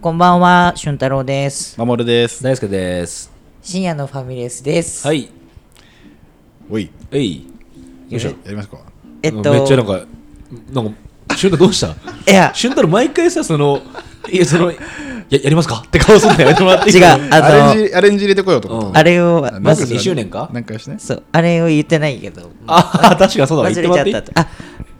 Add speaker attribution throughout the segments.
Speaker 1: こんばんは、俊太郎です。
Speaker 2: まもるです。
Speaker 3: 大輔です。
Speaker 1: 深夜のファミレスです。
Speaker 3: はい。
Speaker 2: おい、
Speaker 3: えい。
Speaker 2: よいしょ、やりますか。
Speaker 1: えっと、
Speaker 3: めっちゃなんか、なんか、俊太どうし
Speaker 1: い
Speaker 3: た
Speaker 1: や、
Speaker 3: 俊太郎毎回さ、その、いや、その、ややりますかって顔 すんだよね。
Speaker 1: 違う、あ
Speaker 2: ア
Speaker 1: の、
Speaker 2: レンジ、アレンジ入れてこようと思っ
Speaker 3: うん
Speaker 2: た。
Speaker 1: あれを、
Speaker 2: あ
Speaker 1: ま
Speaker 3: ず
Speaker 1: ず、
Speaker 3: 二周年か
Speaker 2: なんかしてね。
Speaker 1: そう、あれを言ってないけど、
Speaker 3: あ、確かそうだ。
Speaker 1: 忘れ
Speaker 3: 言ってもらってい
Speaker 1: ち
Speaker 3: い
Speaker 1: ゃったと。あ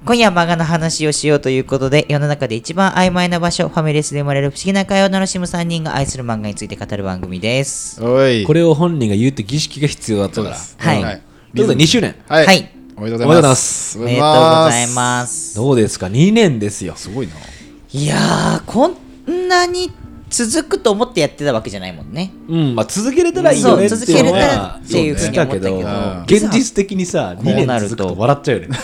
Speaker 1: 今夜は漫画の話をしようということで、世の中で一番曖昧な場所、ファミレスで生まれる不思議な会話を楽しむ3人が愛する漫画について語る番組です。
Speaker 2: おい。
Speaker 3: これを本人が言うって儀式が必要だったから。
Speaker 1: はい
Speaker 3: うんということで2周年。
Speaker 2: はい。
Speaker 1: はい
Speaker 2: おめでとうございます。。
Speaker 1: おめでとうございますす。
Speaker 3: どうですか ?2 年ですよ。
Speaker 2: すごいな。
Speaker 1: いやー、こんなに続くと思ってやってたわけじゃないもんね。
Speaker 3: うん、まあ続けれたらいいよねって
Speaker 1: そう
Speaker 3: いうのは
Speaker 1: 続けれたらっていうふうに思ったけど
Speaker 3: そうね
Speaker 1: うん
Speaker 3: 現実的にさ、
Speaker 1: うなると
Speaker 3: 2年続くと笑っちゃうよね。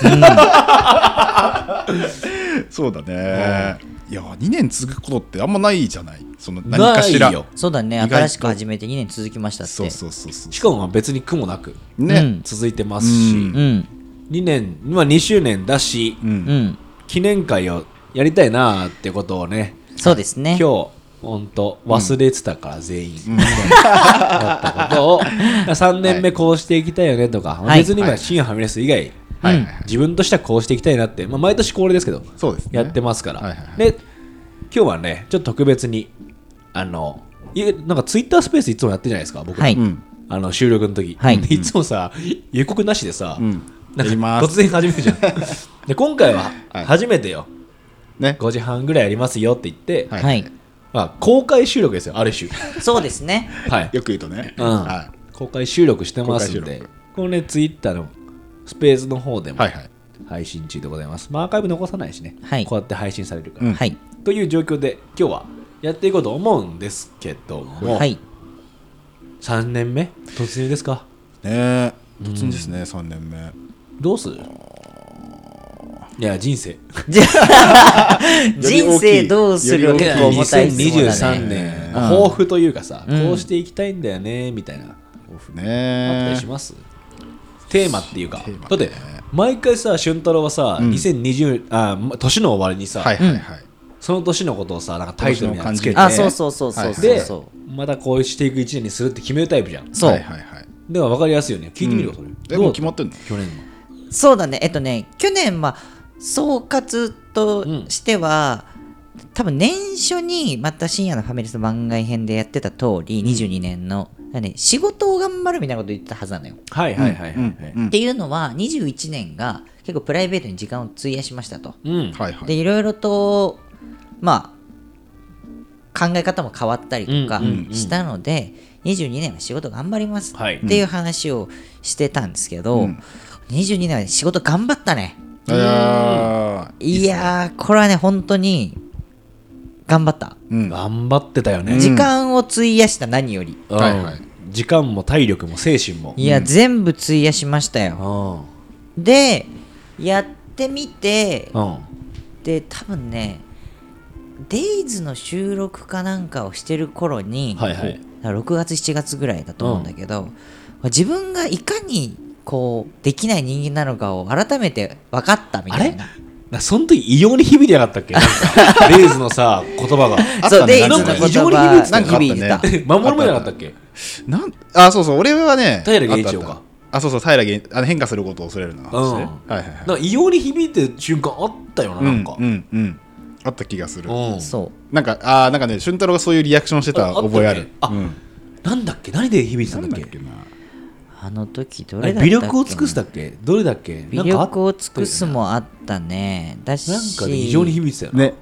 Speaker 2: そうだね。いや、2年続くことってあんまないじゃない。その何かしら
Speaker 3: ない。よ
Speaker 1: そうだね、
Speaker 2: 意外と
Speaker 1: 新しく始めて2年続きましたって。
Speaker 2: そうそうそうそ
Speaker 3: しかもまあ別に苦もなく
Speaker 2: う。
Speaker 1: う
Speaker 2: ね
Speaker 1: ん。
Speaker 3: 続いてます
Speaker 2: うん
Speaker 3: し、
Speaker 1: うん、
Speaker 3: 2年、まあ2周年だし、
Speaker 2: うん。
Speaker 1: うん、
Speaker 3: 記念会をやりたいなーってことをね、
Speaker 1: そうですね。
Speaker 3: 今日、ほんと忘れてたから全員、だったことを、3年 目こうしていきたいよねとか、
Speaker 1: はい
Speaker 3: 別にまあ深夜ファミレス以外、
Speaker 2: はいはい
Speaker 3: 自分としてはこうしていきたいなって、まあ、毎年恒例ですけど、
Speaker 2: そうですね
Speaker 3: やってますから、
Speaker 2: はいはいはい
Speaker 3: で今日はねちょっと特別にあのいなんかツイッタースペースいつもやってるじゃないですか僕、
Speaker 1: はい、
Speaker 2: うん。
Speaker 3: あの収録の時、
Speaker 1: はい
Speaker 3: でいつもさ予告なしでさ、
Speaker 2: うん
Speaker 3: な
Speaker 2: やり
Speaker 3: んか
Speaker 2: ます
Speaker 3: 突然始める じゃんで今回は
Speaker 2: はい
Speaker 3: 初めてよ、
Speaker 2: ね。
Speaker 3: 5時半ぐらいやりますよって言って、
Speaker 2: はい
Speaker 1: はい、
Speaker 3: まあ、公開収録ですよある 種
Speaker 1: そうですね。
Speaker 3: はい
Speaker 2: よく言うとね。
Speaker 3: うん
Speaker 2: は
Speaker 3: 公開収録してますん
Speaker 2: 公開
Speaker 3: で
Speaker 2: 収録
Speaker 3: このねツイッターのスペースの方で
Speaker 2: い。
Speaker 3: も
Speaker 2: はいはい。
Speaker 3: 配信中でございます、まあ、アーカイブ残さないしね、
Speaker 1: はい
Speaker 3: こうやって配信されるから、
Speaker 2: うん
Speaker 1: はい、
Speaker 3: という状況で今日はやっていこうと思うんですけども、
Speaker 1: はい、
Speaker 3: 3年目突入ですか
Speaker 2: ね突然ですね、3年目。
Speaker 3: どうするいや人生
Speaker 1: じゃあ
Speaker 2: きい
Speaker 1: 人生どうする
Speaker 2: より大きい
Speaker 1: 結構重たい質問だ
Speaker 3: 2023
Speaker 1: ね。
Speaker 3: 年、
Speaker 2: うん
Speaker 3: 抱負というかさ、
Speaker 1: うん
Speaker 3: こうしていきたいんだよねみたいな
Speaker 2: 抱
Speaker 3: あ
Speaker 2: 負
Speaker 3: った
Speaker 2: ね
Speaker 3: りし。ます、テーマっていうか、
Speaker 2: テーマね
Speaker 3: だって毎回さ俊太郎はさ、
Speaker 2: うん
Speaker 3: 2020あま年の終わりにさ、
Speaker 2: はいはいはい。
Speaker 3: その年のことをさなんかタイトルにつけて
Speaker 1: あ、そうそうそうそうそ
Speaker 3: で
Speaker 1: うそ
Speaker 3: またこうしていく1年にするって決めるタイプじゃん
Speaker 1: う。そ、
Speaker 2: はいうはいはい。
Speaker 3: では分かりやすいよね聞いてみるよ、
Speaker 2: うん
Speaker 3: それ
Speaker 2: え、もう決まってんの
Speaker 3: 去年の
Speaker 1: そうだね。えっとね、去年まあ総括としては。多分年初にまた深夜のファミレスの番外編でやってた通り22年のだからね仕事を頑張るみたいなこと言ってたはずなのよ。
Speaker 3: はいはいはいはいはい
Speaker 2: うん
Speaker 1: っていうのは21年が結構プライベートに時間を費やしましたと。
Speaker 3: うん
Speaker 2: はいはい
Speaker 1: で。いろいろとまあ考え方も変わったりとか
Speaker 3: うんうんうん
Speaker 1: したので、22年は仕事頑張ります
Speaker 3: はい
Speaker 1: っていう話をしてたんですけど、
Speaker 2: うん
Speaker 1: 22年は仕事頑張ったね
Speaker 2: いやー
Speaker 1: いやーこれはね本当に頑張った、
Speaker 2: うん。は
Speaker 3: 頑張ってたよね
Speaker 1: 時間を費やした何より
Speaker 3: うん
Speaker 2: はいはい
Speaker 3: 時間も体力も精神も
Speaker 1: いや、全部費やしました
Speaker 3: う
Speaker 1: よ
Speaker 3: ん
Speaker 1: でやってみて
Speaker 3: うん
Speaker 1: で多分ね「デイズの収録かなんかをしてる頃に、
Speaker 3: はいはい
Speaker 1: だから6月7月ぐらいだと思うんだけど、自分がいかにこうできない人間なのかを改めて分かったみ
Speaker 3: あ
Speaker 1: た
Speaker 3: れ
Speaker 1: いな。
Speaker 3: なその時異様に響いてなかったっけなん かレイズのさ言葉が
Speaker 2: あ
Speaker 1: そう、
Speaker 2: ったね
Speaker 1: デイズの
Speaker 3: なん
Speaker 1: 言
Speaker 3: か異常に
Speaker 1: 葉
Speaker 2: 響いてたなんかあったね
Speaker 1: 響いてた。
Speaker 3: え守るもじゃなかったっけ
Speaker 2: なんあそうそう俺はね
Speaker 3: 平源一郎
Speaker 2: あったあ
Speaker 3: か
Speaker 2: ったあそうそう平源あの変化することを恐れるな、
Speaker 3: うん
Speaker 2: はいはいはい
Speaker 3: なんか異様に響いてる瞬間あったよななんか
Speaker 2: うんうんうんあった気がする
Speaker 3: うん
Speaker 1: そ
Speaker 2: なんかあーなんかね俊太郎がそういうリアクションしてた
Speaker 3: ああったね
Speaker 2: 覚えある
Speaker 3: あ
Speaker 2: うん、
Speaker 3: なんだっけ何で響いてた
Speaker 2: なんん
Speaker 3: だ
Speaker 2: だ
Speaker 3: っ
Speaker 2: っ
Speaker 3: け
Speaker 2: けな
Speaker 1: う。あの時ど
Speaker 3: あ
Speaker 1: れ
Speaker 3: れ
Speaker 1: だったっけ
Speaker 3: 微力を尽くすだっけどれだっけ
Speaker 1: 微
Speaker 3: なんかあっ
Speaker 1: 力を尽くすもあったね。だし、
Speaker 3: なんかね異常に響いてたよな
Speaker 2: ね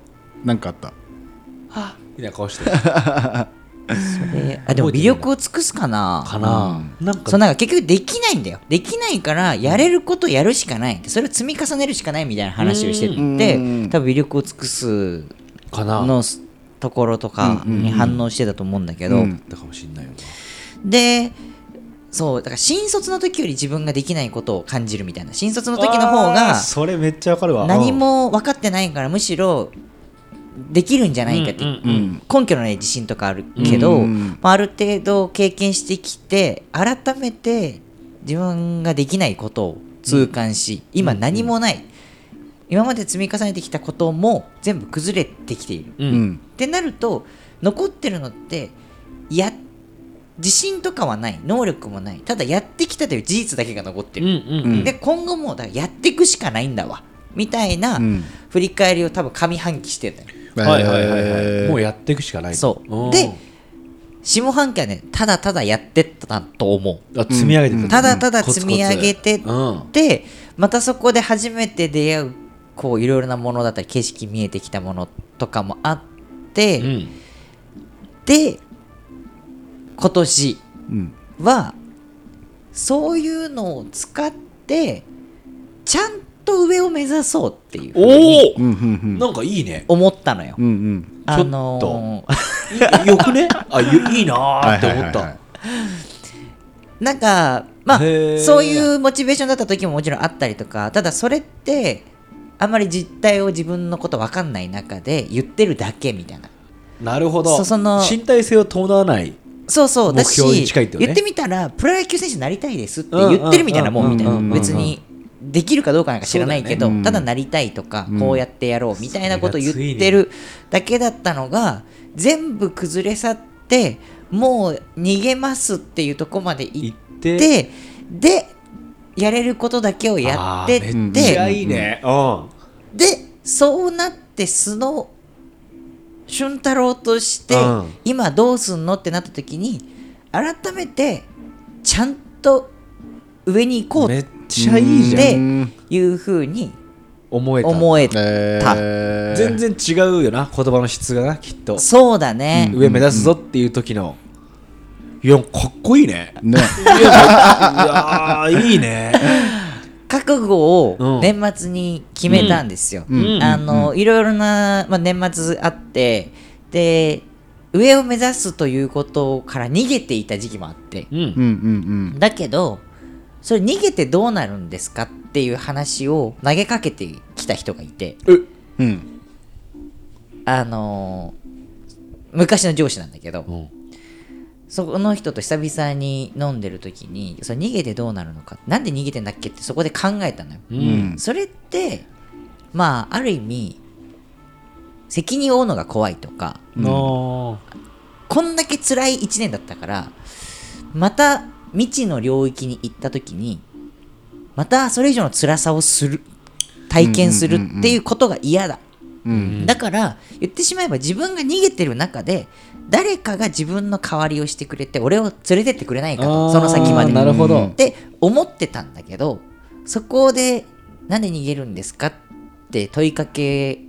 Speaker 2: なんかあった
Speaker 3: はぁみたいな顔して
Speaker 1: であでも微力を尽くすかな。
Speaker 3: かななん
Speaker 1: そう
Speaker 3: か
Speaker 1: なんか結局できないんだよできないからやれることやるしかないそれを積み重ねるしかないみたいな話をして
Speaker 2: う
Speaker 1: て
Speaker 2: ん
Speaker 1: 多分威力を尽くす
Speaker 3: かな
Speaker 1: のすところとかに反応してたと思うんだけど、
Speaker 2: うん
Speaker 3: だかもしんないよな
Speaker 1: でそうだから新卒の時より自分ができないことを感じるみたいな新卒の時の方
Speaker 3: あー
Speaker 1: が
Speaker 3: それめっちゃわかるわ
Speaker 1: 何も分かってないからむしろできるんじゃないかって、
Speaker 3: うんうん
Speaker 2: うん
Speaker 1: 根拠のない自信とかあるけど、
Speaker 2: うん
Speaker 1: まあ、ある程度経験してきて改めて自分ができないことを痛感し、今何もない、今まで積み重ねてきたことも全部崩れてきている、
Speaker 3: う
Speaker 2: うんん
Speaker 1: ってなると残ってるのってや自信とかはない能力もないただやってきたという事実だけが残って
Speaker 3: うん
Speaker 1: る、
Speaker 3: うんうん
Speaker 1: で今後もだからやっていくしかないんだわみたいな
Speaker 2: うん
Speaker 1: 振り返りを多分上半期してたよ
Speaker 3: はいはいはいはいもう
Speaker 2: や
Speaker 3: やっていくしかない
Speaker 1: そう
Speaker 3: うん
Speaker 1: で下半期はねただただやってったと思う
Speaker 3: あ積み上げていく
Speaker 1: ただただ積み上げてっ
Speaker 3: うん
Speaker 1: てまたそこで初めて出会うこういろいろなものだったり景色見えてきたものとかもあって、
Speaker 3: うん
Speaker 1: で今年
Speaker 2: うん
Speaker 1: はそういうのを使ってちゃんと上を目指そうっていうふうに
Speaker 3: おお
Speaker 2: うんうんうん
Speaker 3: なんかいいね
Speaker 1: 思ったのよ。
Speaker 2: うんうん
Speaker 1: あのー
Speaker 3: いよくねあゆいいなーって思っ
Speaker 2: はいはいはいは
Speaker 3: た
Speaker 2: い
Speaker 1: なんかまあ
Speaker 3: へー
Speaker 1: そういうモチベーションだった時ももちろんあったりとかただそれってあんまり実態を自分のこと分かんない中で言ってるだけみたいな
Speaker 3: なるほど
Speaker 1: そその
Speaker 3: 身体性を伴わない
Speaker 1: そうそうだ
Speaker 3: 目
Speaker 1: し
Speaker 3: 標に近いってね
Speaker 1: 言ってみたらプロ野球選手になりたいですって言ってるみたいなもんみたい
Speaker 3: うん
Speaker 1: な
Speaker 3: うんうんうん
Speaker 1: 別にできるかどうかなんか知らないけど、
Speaker 2: そうだよねうん
Speaker 1: ただなりたいとか、
Speaker 2: うん
Speaker 1: こうやってやろうみたいなことを言っ
Speaker 3: それがついに
Speaker 1: てるだけだったのが全部崩れ去ってもう逃げますっていうとこまで行
Speaker 3: 行
Speaker 1: っ
Speaker 3: って
Speaker 1: てでやれることだけをやって
Speaker 3: あ
Speaker 1: っ
Speaker 3: ーめ
Speaker 2: め
Speaker 3: っちゃ
Speaker 1: て
Speaker 3: いいねうん
Speaker 1: でそうなって素の俊太郎として、
Speaker 3: うん
Speaker 1: 今どうすんのってなった時に改めてちゃんと上に行こう
Speaker 3: め
Speaker 1: っ
Speaker 3: っちゃいいじゃん
Speaker 1: で
Speaker 2: うん
Speaker 1: ていうふうに
Speaker 3: 思えた
Speaker 1: 思えた、
Speaker 2: えー
Speaker 3: 全然違うよな言葉の質がなきっと
Speaker 1: そうだね、
Speaker 3: 上目指すぞっていう時のいやかっこい いね
Speaker 2: ね
Speaker 3: いやいやいいね
Speaker 1: 覚悟を
Speaker 3: うん
Speaker 1: 年末に決めたんですよ、
Speaker 2: うんうん
Speaker 1: あのいろいろな、まあ、年末あってで上を目指すということから逃げていた時期もあって
Speaker 3: う
Speaker 2: うんんうん
Speaker 1: だけどそれ逃げてどうなるんですかっていう話を投げかけてきた人がいて
Speaker 3: え
Speaker 2: うんうん
Speaker 1: あのー昔の上司なんだけど、
Speaker 3: うん
Speaker 1: そこの人と久々に飲んでる時にそれ逃げてどうなるのかなんで逃げてんだっけってそこで考えたのよ、
Speaker 2: うん
Speaker 1: それってまあある意味責任を負うのが怖いとか
Speaker 3: なあ
Speaker 1: こんだけ辛い1年だったからまた未知の領域に行った時にまたそれ以上の辛さをする体験するっていうことが嫌だ、
Speaker 2: うん
Speaker 1: だから言ってしまえば自分が逃げてる中で誰かが自分の代わりをしてくれて俺を連れてってくれないか
Speaker 3: あ
Speaker 1: と
Speaker 3: ー
Speaker 1: その先まで
Speaker 3: なるほど
Speaker 1: って思ってたんだけどそこでなんで逃げるんですかって問いかけ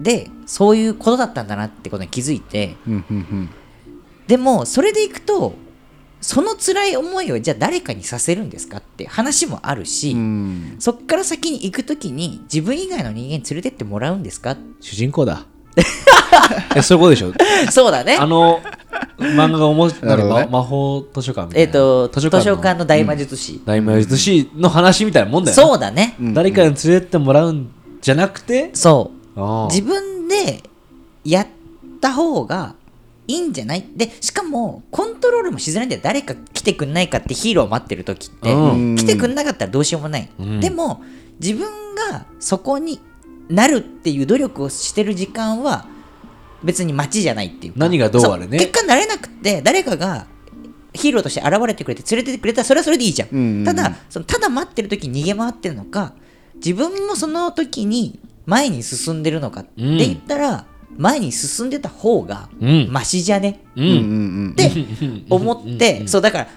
Speaker 1: でそういうことだったんだなってことに気づいて
Speaker 2: うんうんうん
Speaker 1: でもそれでいくとその辛い思いをじゃあ誰かにさせるんですかって話もあるし、
Speaker 2: うん
Speaker 1: そっから先に行く時に自分以外の人間に連れてってもらうんですか
Speaker 3: 主人公だ えそういうことでしょ
Speaker 1: そうだね
Speaker 3: あの漫画が面白い
Speaker 2: なるほどね
Speaker 3: ま魔法図書館みたい
Speaker 1: え
Speaker 3: な
Speaker 1: っ、と図書
Speaker 3: の
Speaker 1: 館の大魔術師、
Speaker 3: 大魔術師の話みたいなもんだよね
Speaker 1: そうだね、
Speaker 2: うん
Speaker 3: 誰かに連れてってもらうんじゃなくて
Speaker 1: そう
Speaker 3: あ
Speaker 1: 自分でやった方がいいんじゃないでしかもコントロールもしづらいんだよ誰か来てくんないかってヒーローを待ってる時って、
Speaker 3: うん
Speaker 1: 来てくんなかったらどうしようもない、
Speaker 3: うん
Speaker 1: でも自分がそこになるっていう努力をしてる時間は別に待ちじゃないっていうか
Speaker 3: 何がどうあれね
Speaker 1: そ結果なれなくて誰かがヒーローとして現れてくれて連れてってくれたらそれはそれでいいじゃん、
Speaker 2: うんうんうん
Speaker 1: ただそのただ待ってる時に逃げ回ってるのか自分もその時に前に進んでるのかって言ったら、前に進んでた方が
Speaker 3: うん
Speaker 1: マシじゃね、
Speaker 3: う
Speaker 2: うんうん
Speaker 3: ん
Speaker 2: うん
Speaker 1: って
Speaker 3: うん
Speaker 1: 思って、そうだから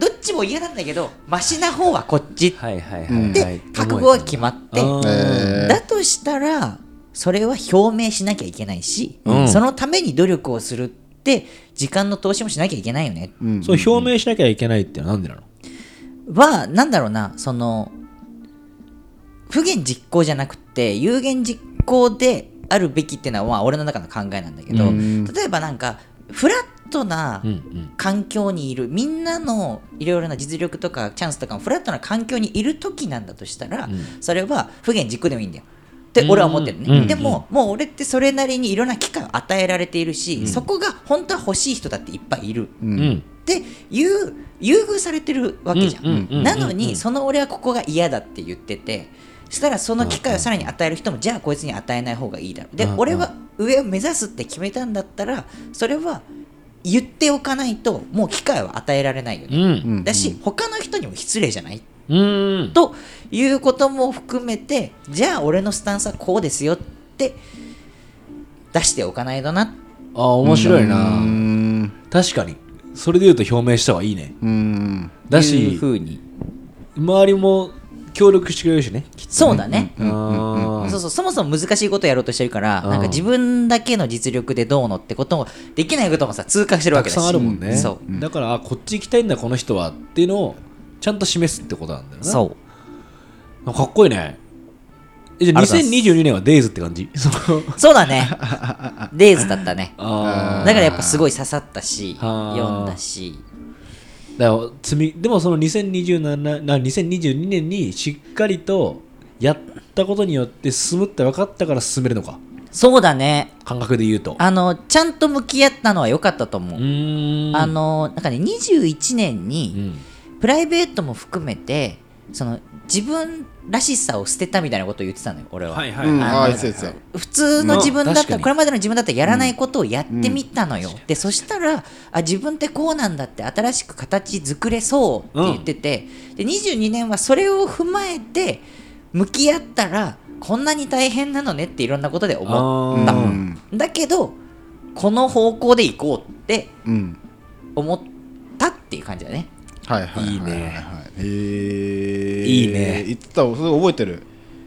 Speaker 1: どっちも嫌なんだけどマシな方はこっち
Speaker 3: はいはい
Speaker 2: うん
Speaker 3: はいはい
Speaker 1: で覚悟は決まって
Speaker 3: うん
Speaker 2: えー
Speaker 1: だとしたらそれは表明しなきゃいけないし、
Speaker 3: うん
Speaker 1: そのために努力をするって時間の投資もしなきゃいけないよね
Speaker 2: うん
Speaker 3: そう表明しなきゃいけないってのはなんでなの
Speaker 1: はなんだろうなその不言実行じゃなくて有言実行であるべきっていうのはまあ俺の中の考えなんだけど、
Speaker 2: うん
Speaker 1: 例えばなんかフラットな
Speaker 3: うんうん
Speaker 1: 環境にいるみんなのいろいろな実力とかチャンスとかもフラットな環境にいる時なんだとしたら、それは不言実行でもいいんだよって俺は思ってるね、
Speaker 3: うんうん
Speaker 1: でも、もう俺ってそれなりにいろんな機会を与えられているし、そこが本当は欲しい人だっていっぱいいる、
Speaker 3: うん
Speaker 1: っていう優遇されてるわけじゃん,、
Speaker 3: うんうんうんうん
Speaker 1: なのにその俺はここが嫌だって言っててしたらその機会をさらに与える人もじゃあこいつに与えない方がいいだろうで
Speaker 3: うんうん
Speaker 1: 俺は上を目指すって決めたんだったらそれは言っておかないともう機会は与えられないよ
Speaker 3: う
Speaker 1: ね、
Speaker 3: ん
Speaker 1: だし他の人にも失礼じゃない
Speaker 3: うん
Speaker 1: ということも含めてじゃあ俺のスタンスはこうですよって出しておかないとな
Speaker 3: あ面白いうな
Speaker 2: ー
Speaker 3: 確かにそれで言うと表明した方がいいね
Speaker 2: ん
Speaker 1: と
Speaker 3: だ
Speaker 1: いう
Speaker 3: し
Speaker 1: ふうに
Speaker 3: 周りも協力してくれるしねきっと
Speaker 1: そうだね、
Speaker 3: あ
Speaker 1: そう
Speaker 3: ー
Speaker 1: そうそもそも難しいことやろうとしてるから、
Speaker 3: うん
Speaker 1: なんか自分だけの実力でどうのってこともできないこともさ通過してるわ
Speaker 3: た
Speaker 1: け
Speaker 3: く
Speaker 1: だし
Speaker 3: さんあるもんね
Speaker 1: そう
Speaker 3: だからあこっち行きたいんだこの人はっていうのをちゃんと示すってことなんだよな
Speaker 1: そう
Speaker 3: なんかかっこいいねえじゃあ
Speaker 1: ありがとうござい
Speaker 3: 2022年はデイズって感じその
Speaker 1: そうだ ねデイズだったねだ
Speaker 3: あー
Speaker 1: からやっぱすごい刺さったし
Speaker 3: あー
Speaker 1: 読んだし
Speaker 3: だから積みでもその2027な2022年にしっかりとやったことによって進むって分かったから進めるのか
Speaker 1: そうだね
Speaker 3: 感覚で言うと
Speaker 1: あのちゃんと向き合ったのは良かったと思
Speaker 3: う
Speaker 1: う、
Speaker 3: ーん
Speaker 1: あのなんかね21年
Speaker 3: う
Speaker 1: に
Speaker 3: ん
Speaker 1: プライベートも含めてその自分らしさを捨てたみたいなことを言ってたのよ俺は、
Speaker 3: はいはい
Speaker 2: うん
Speaker 3: はい
Speaker 2: ああそうですよ
Speaker 1: 普通の自分だっ
Speaker 3: まあ
Speaker 1: た
Speaker 3: 確からに
Speaker 1: これまでの自分だったらやらないことをやってみたのよ、でそしたらあ自分ってこうなんだって新しく形作れそうって言ってて、で22年はそれを踏まえて向き合ったらこんなに大変なのねっていろんなことで思
Speaker 3: あ
Speaker 1: だ
Speaker 3: ー
Speaker 2: うん
Speaker 1: だけどこの方向で行こうって
Speaker 2: うん
Speaker 1: 思ったっていう感じだね
Speaker 2: はいはいはい
Speaker 3: いね
Speaker 2: はいへえ
Speaker 3: いいね
Speaker 2: 言ってたそれ覚えてる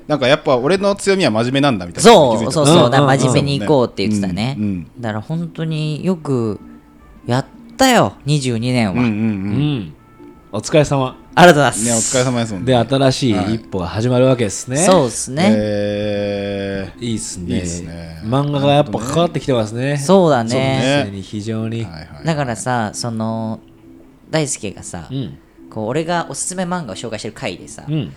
Speaker 2: なんかやっぱ俺の強みは真面目なんだみたいな
Speaker 1: そ
Speaker 2: 気づいうた
Speaker 1: そうそう、
Speaker 3: うん
Speaker 1: だから
Speaker 3: うん
Speaker 1: 真面目に行こうって言ってたね、
Speaker 2: うんうん
Speaker 1: だから本当によくやったよ22年は、
Speaker 2: うんうん
Speaker 3: う
Speaker 2: うんね
Speaker 3: んお疲れ様
Speaker 1: ありがとうございま
Speaker 2: お
Speaker 1: す、
Speaker 2: 疲れ様ですもんね
Speaker 3: で新し
Speaker 2: はい
Speaker 3: い一歩が始まるわけですね
Speaker 1: そうですね、
Speaker 2: え
Speaker 3: いいっすね
Speaker 2: いいっすね
Speaker 3: 漫画がやっぱ関わってきてますね
Speaker 1: そうだ
Speaker 3: そう
Speaker 1: ね
Speaker 3: ですね非常に
Speaker 2: ーはいはい
Speaker 1: だからさその大輔がさ、
Speaker 3: うん
Speaker 1: こう俺がおすすめ漫画を紹介してる回でさ、
Speaker 3: うん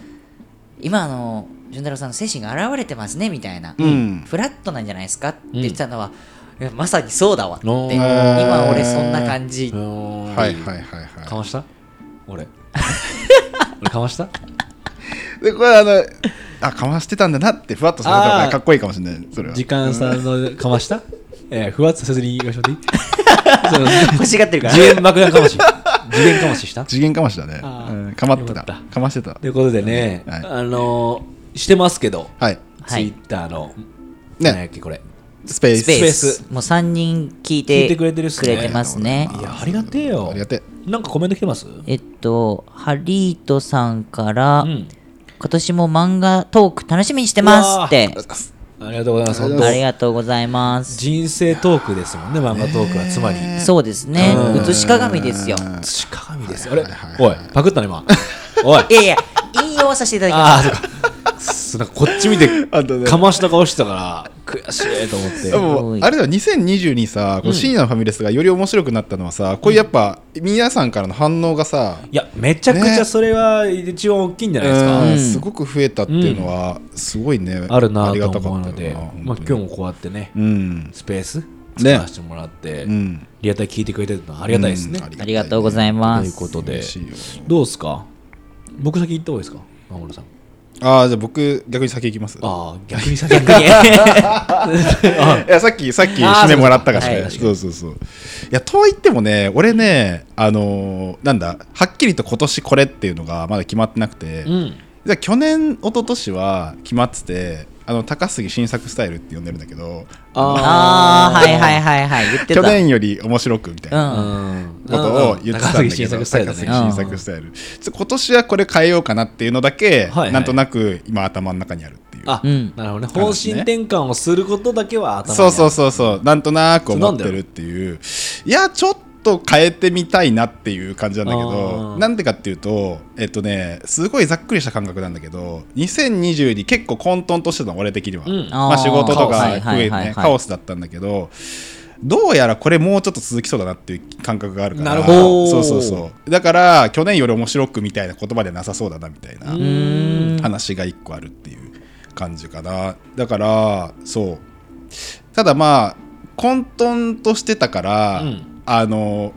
Speaker 1: 今あの純太郎さんの精神が現れてますねみたいな、
Speaker 2: うん
Speaker 1: フラットなんじゃないですかって言ってたのは、いやまさにそうだわって
Speaker 3: おー
Speaker 1: 今俺そんな感じ、
Speaker 2: はい
Speaker 3: は
Speaker 2: はいはい
Speaker 3: か
Speaker 2: は
Speaker 3: ました俺 俺かました
Speaker 2: いでこれあのあかましてたんだなってふわっとされた方
Speaker 3: あ
Speaker 2: が
Speaker 3: ー
Speaker 2: かっこいいかもしれないそれは
Speaker 3: 時間さんのかましたえーふわっとせずに言いましょうでいい そう
Speaker 1: 欲しがってるから
Speaker 3: 次元爆弾かまし次元かましした
Speaker 2: 次元かましだね
Speaker 3: あー
Speaker 2: うんかまって
Speaker 3: よ
Speaker 2: た
Speaker 3: かっ
Speaker 2: かましてた
Speaker 3: ということでね、
Speaker 2: はい
Speaker 3: あのー、してますけど、
Speaker 2: はい
Speaker 1: はい
Speaker 3: ツイッターの、
Speaker 2: ね
Speaker 3: 何やっけこれ。
Speaker 2: スペー
Speaker 1: スペース
Speaker 2: ス
Speaker 3: スペ
Speaker 1: もう3人聞い
Speaker 3: 聞
Speaker 1: て
Speaker 3: いてくれてるっすね
Speaker 1: くれてますね
Speaker 3: いや、ありがてえよ。
Speaker 2: ありがてえ
Speaker 3: なんかコメント来てますう
Speaker 1: えっとハリートさんから、
Speaker 3: ん。
Speaker 1: 今年も漫画トーク楽しみにしてますって
Speaker 3: ありがとうございます。
Speaker 2: あり
Speaker 3: 本当
Speaker 2: がとうご
Speaker 1: あ
Speaker 2: ざ
Speaker 1: りがとうございます。
Speaker 3: 人生トークですもんね、漫画トークは。つまり、
Speaker 1: そうですね
Speaker 3: う。ん
Speaker 1: 映し鏡ですよ。
Speaker 3: 土鏡ですよ。あれ
Speaker 2: はいはい
Speaker 3: おい、パクったね、 今。おい。
Speaker 1: いやいや、引用させていただき
Speaker 3: あ
Speaker 1: ま
Speaker 3: あ、そ
Speaker 1: す。
Speaker 3: うかす。なんかこっち見て、
Speaker 2: あとね
Speaker 3: かました顔してたから、悔しいと思って。
Speaker 2: でもあれだよ2022さこう深夜のファミレスがより面白くなったのはさ、こういうやっぱ皆さんからの反応がさ、
Speaker 3: いや、めちゃくちゃ
Speaker 2: ね
Speaker 3: それは一番大きいんじゃないですか。
Speaker 2: うん
Speaker 1: うん
Speaker 2: すごく増えたっていうのはすごいね、
Speaker 3: あるな
Speaker 2: りが
Speaker 3: と
Speaker 2: た
Speaker 3: 思う
Speaker 2: かった
Speaker 3: ので、
Speaker 2: よな
Speaker 3: まあ、今日もこうやってね、
Speaker 2: うん
Speaker 3: スペース
Speaker 2: ね
Speaker 3: 作らせてもらって、
Speaker 2: うん
Speaker 3: リアタイ聞いてくれてるのはありがたいですね。
Speaker 2: うん
Speaker 1: ありがとうございま
Speaker 3: という
Speaker 1: す。
Speaker 3: ことで
Speaker 2: 嬉しいよ、
Speaker 3: どうですか僕先行った方がいいですか守さん。
Speaker 2: ああじゃあ僕逆に先行きます
Speaker 3: ああ、逆に先行っ
Speaker 1: 逆に
Speaker 2: いやさっきさっき
Speaker 3: あー
Speaker 2: 締めもらったから
Speaker 1: そう
Speaker 2: ね、
Speaker 1: か
Speaker 2: そうそうそういやとはいってもね俺ねあのーなんだはっきりと今年これっていうのがまだ決まってなくて、
Speaker 3: うん。
Speaker 2: じゃあ去年一昨年は決まっててあの高杉新作スタイルって呼んでるんだけど
Speaker 1: ああ、はいはいはいはい。言って
Speaker 2: 去
Speaker 1: た。
Speaker 2: 年より面白くみたいな
Speaker 1: うん。
Speaker 3: うん。
Speaker 2: ことを言ってたんだ
Speaker 3: 高
Speaker 2: け
Speaker 3: 杉新
Speaker 2: ど
Speaker 3: 作スタイルだ
Speaker 2: 高杉
Speaker 3: ね。
Speaker 2: 新作スタイルちょ今年はこれ変えようかなっていうのだけ、
Speaker 3: はいはい
Speaker 2: なんとなく今頭の中にあるっていう
Speaker 3: あ、
Speaker 1: うん
Speaker 3: なるほどね。方針転換をすることだけは頭にあ
Speaker 2: そう
Speaker 3: る
Speaker 2: そうそうそうなんとなく思ってるっていういやちょっと変えてみたいなっていう感じなんだけ
Speaker 3: あ
Speaker 2: ど
Speaker 3: ー
Speaker 2: なんでかっていうとえっとねすごいざっくりした感覚なんだけど2020に結構混沌としてたの俺的には、
Speaker 3: うん
Speaker 2: まあ、仕事と
Speaker 1: あ
Speaker 2: か
Speaker 1: ー
Speaker 2: 増えてねカオスだったんだけどどうやらこれもうちょっと続きそうだなっていう感覚があるから
Speaker 3: なるほど
Speaker 2: そうそうそうだから去年より面白くみたいな言葉でなさそうだなみたいな
Speaker 3: うーん。
Speaker 2: 話が一個あるっていう感じかなだからそうただまあ混沌としてたから、
Speaker 3: うん
Speaker 2: あの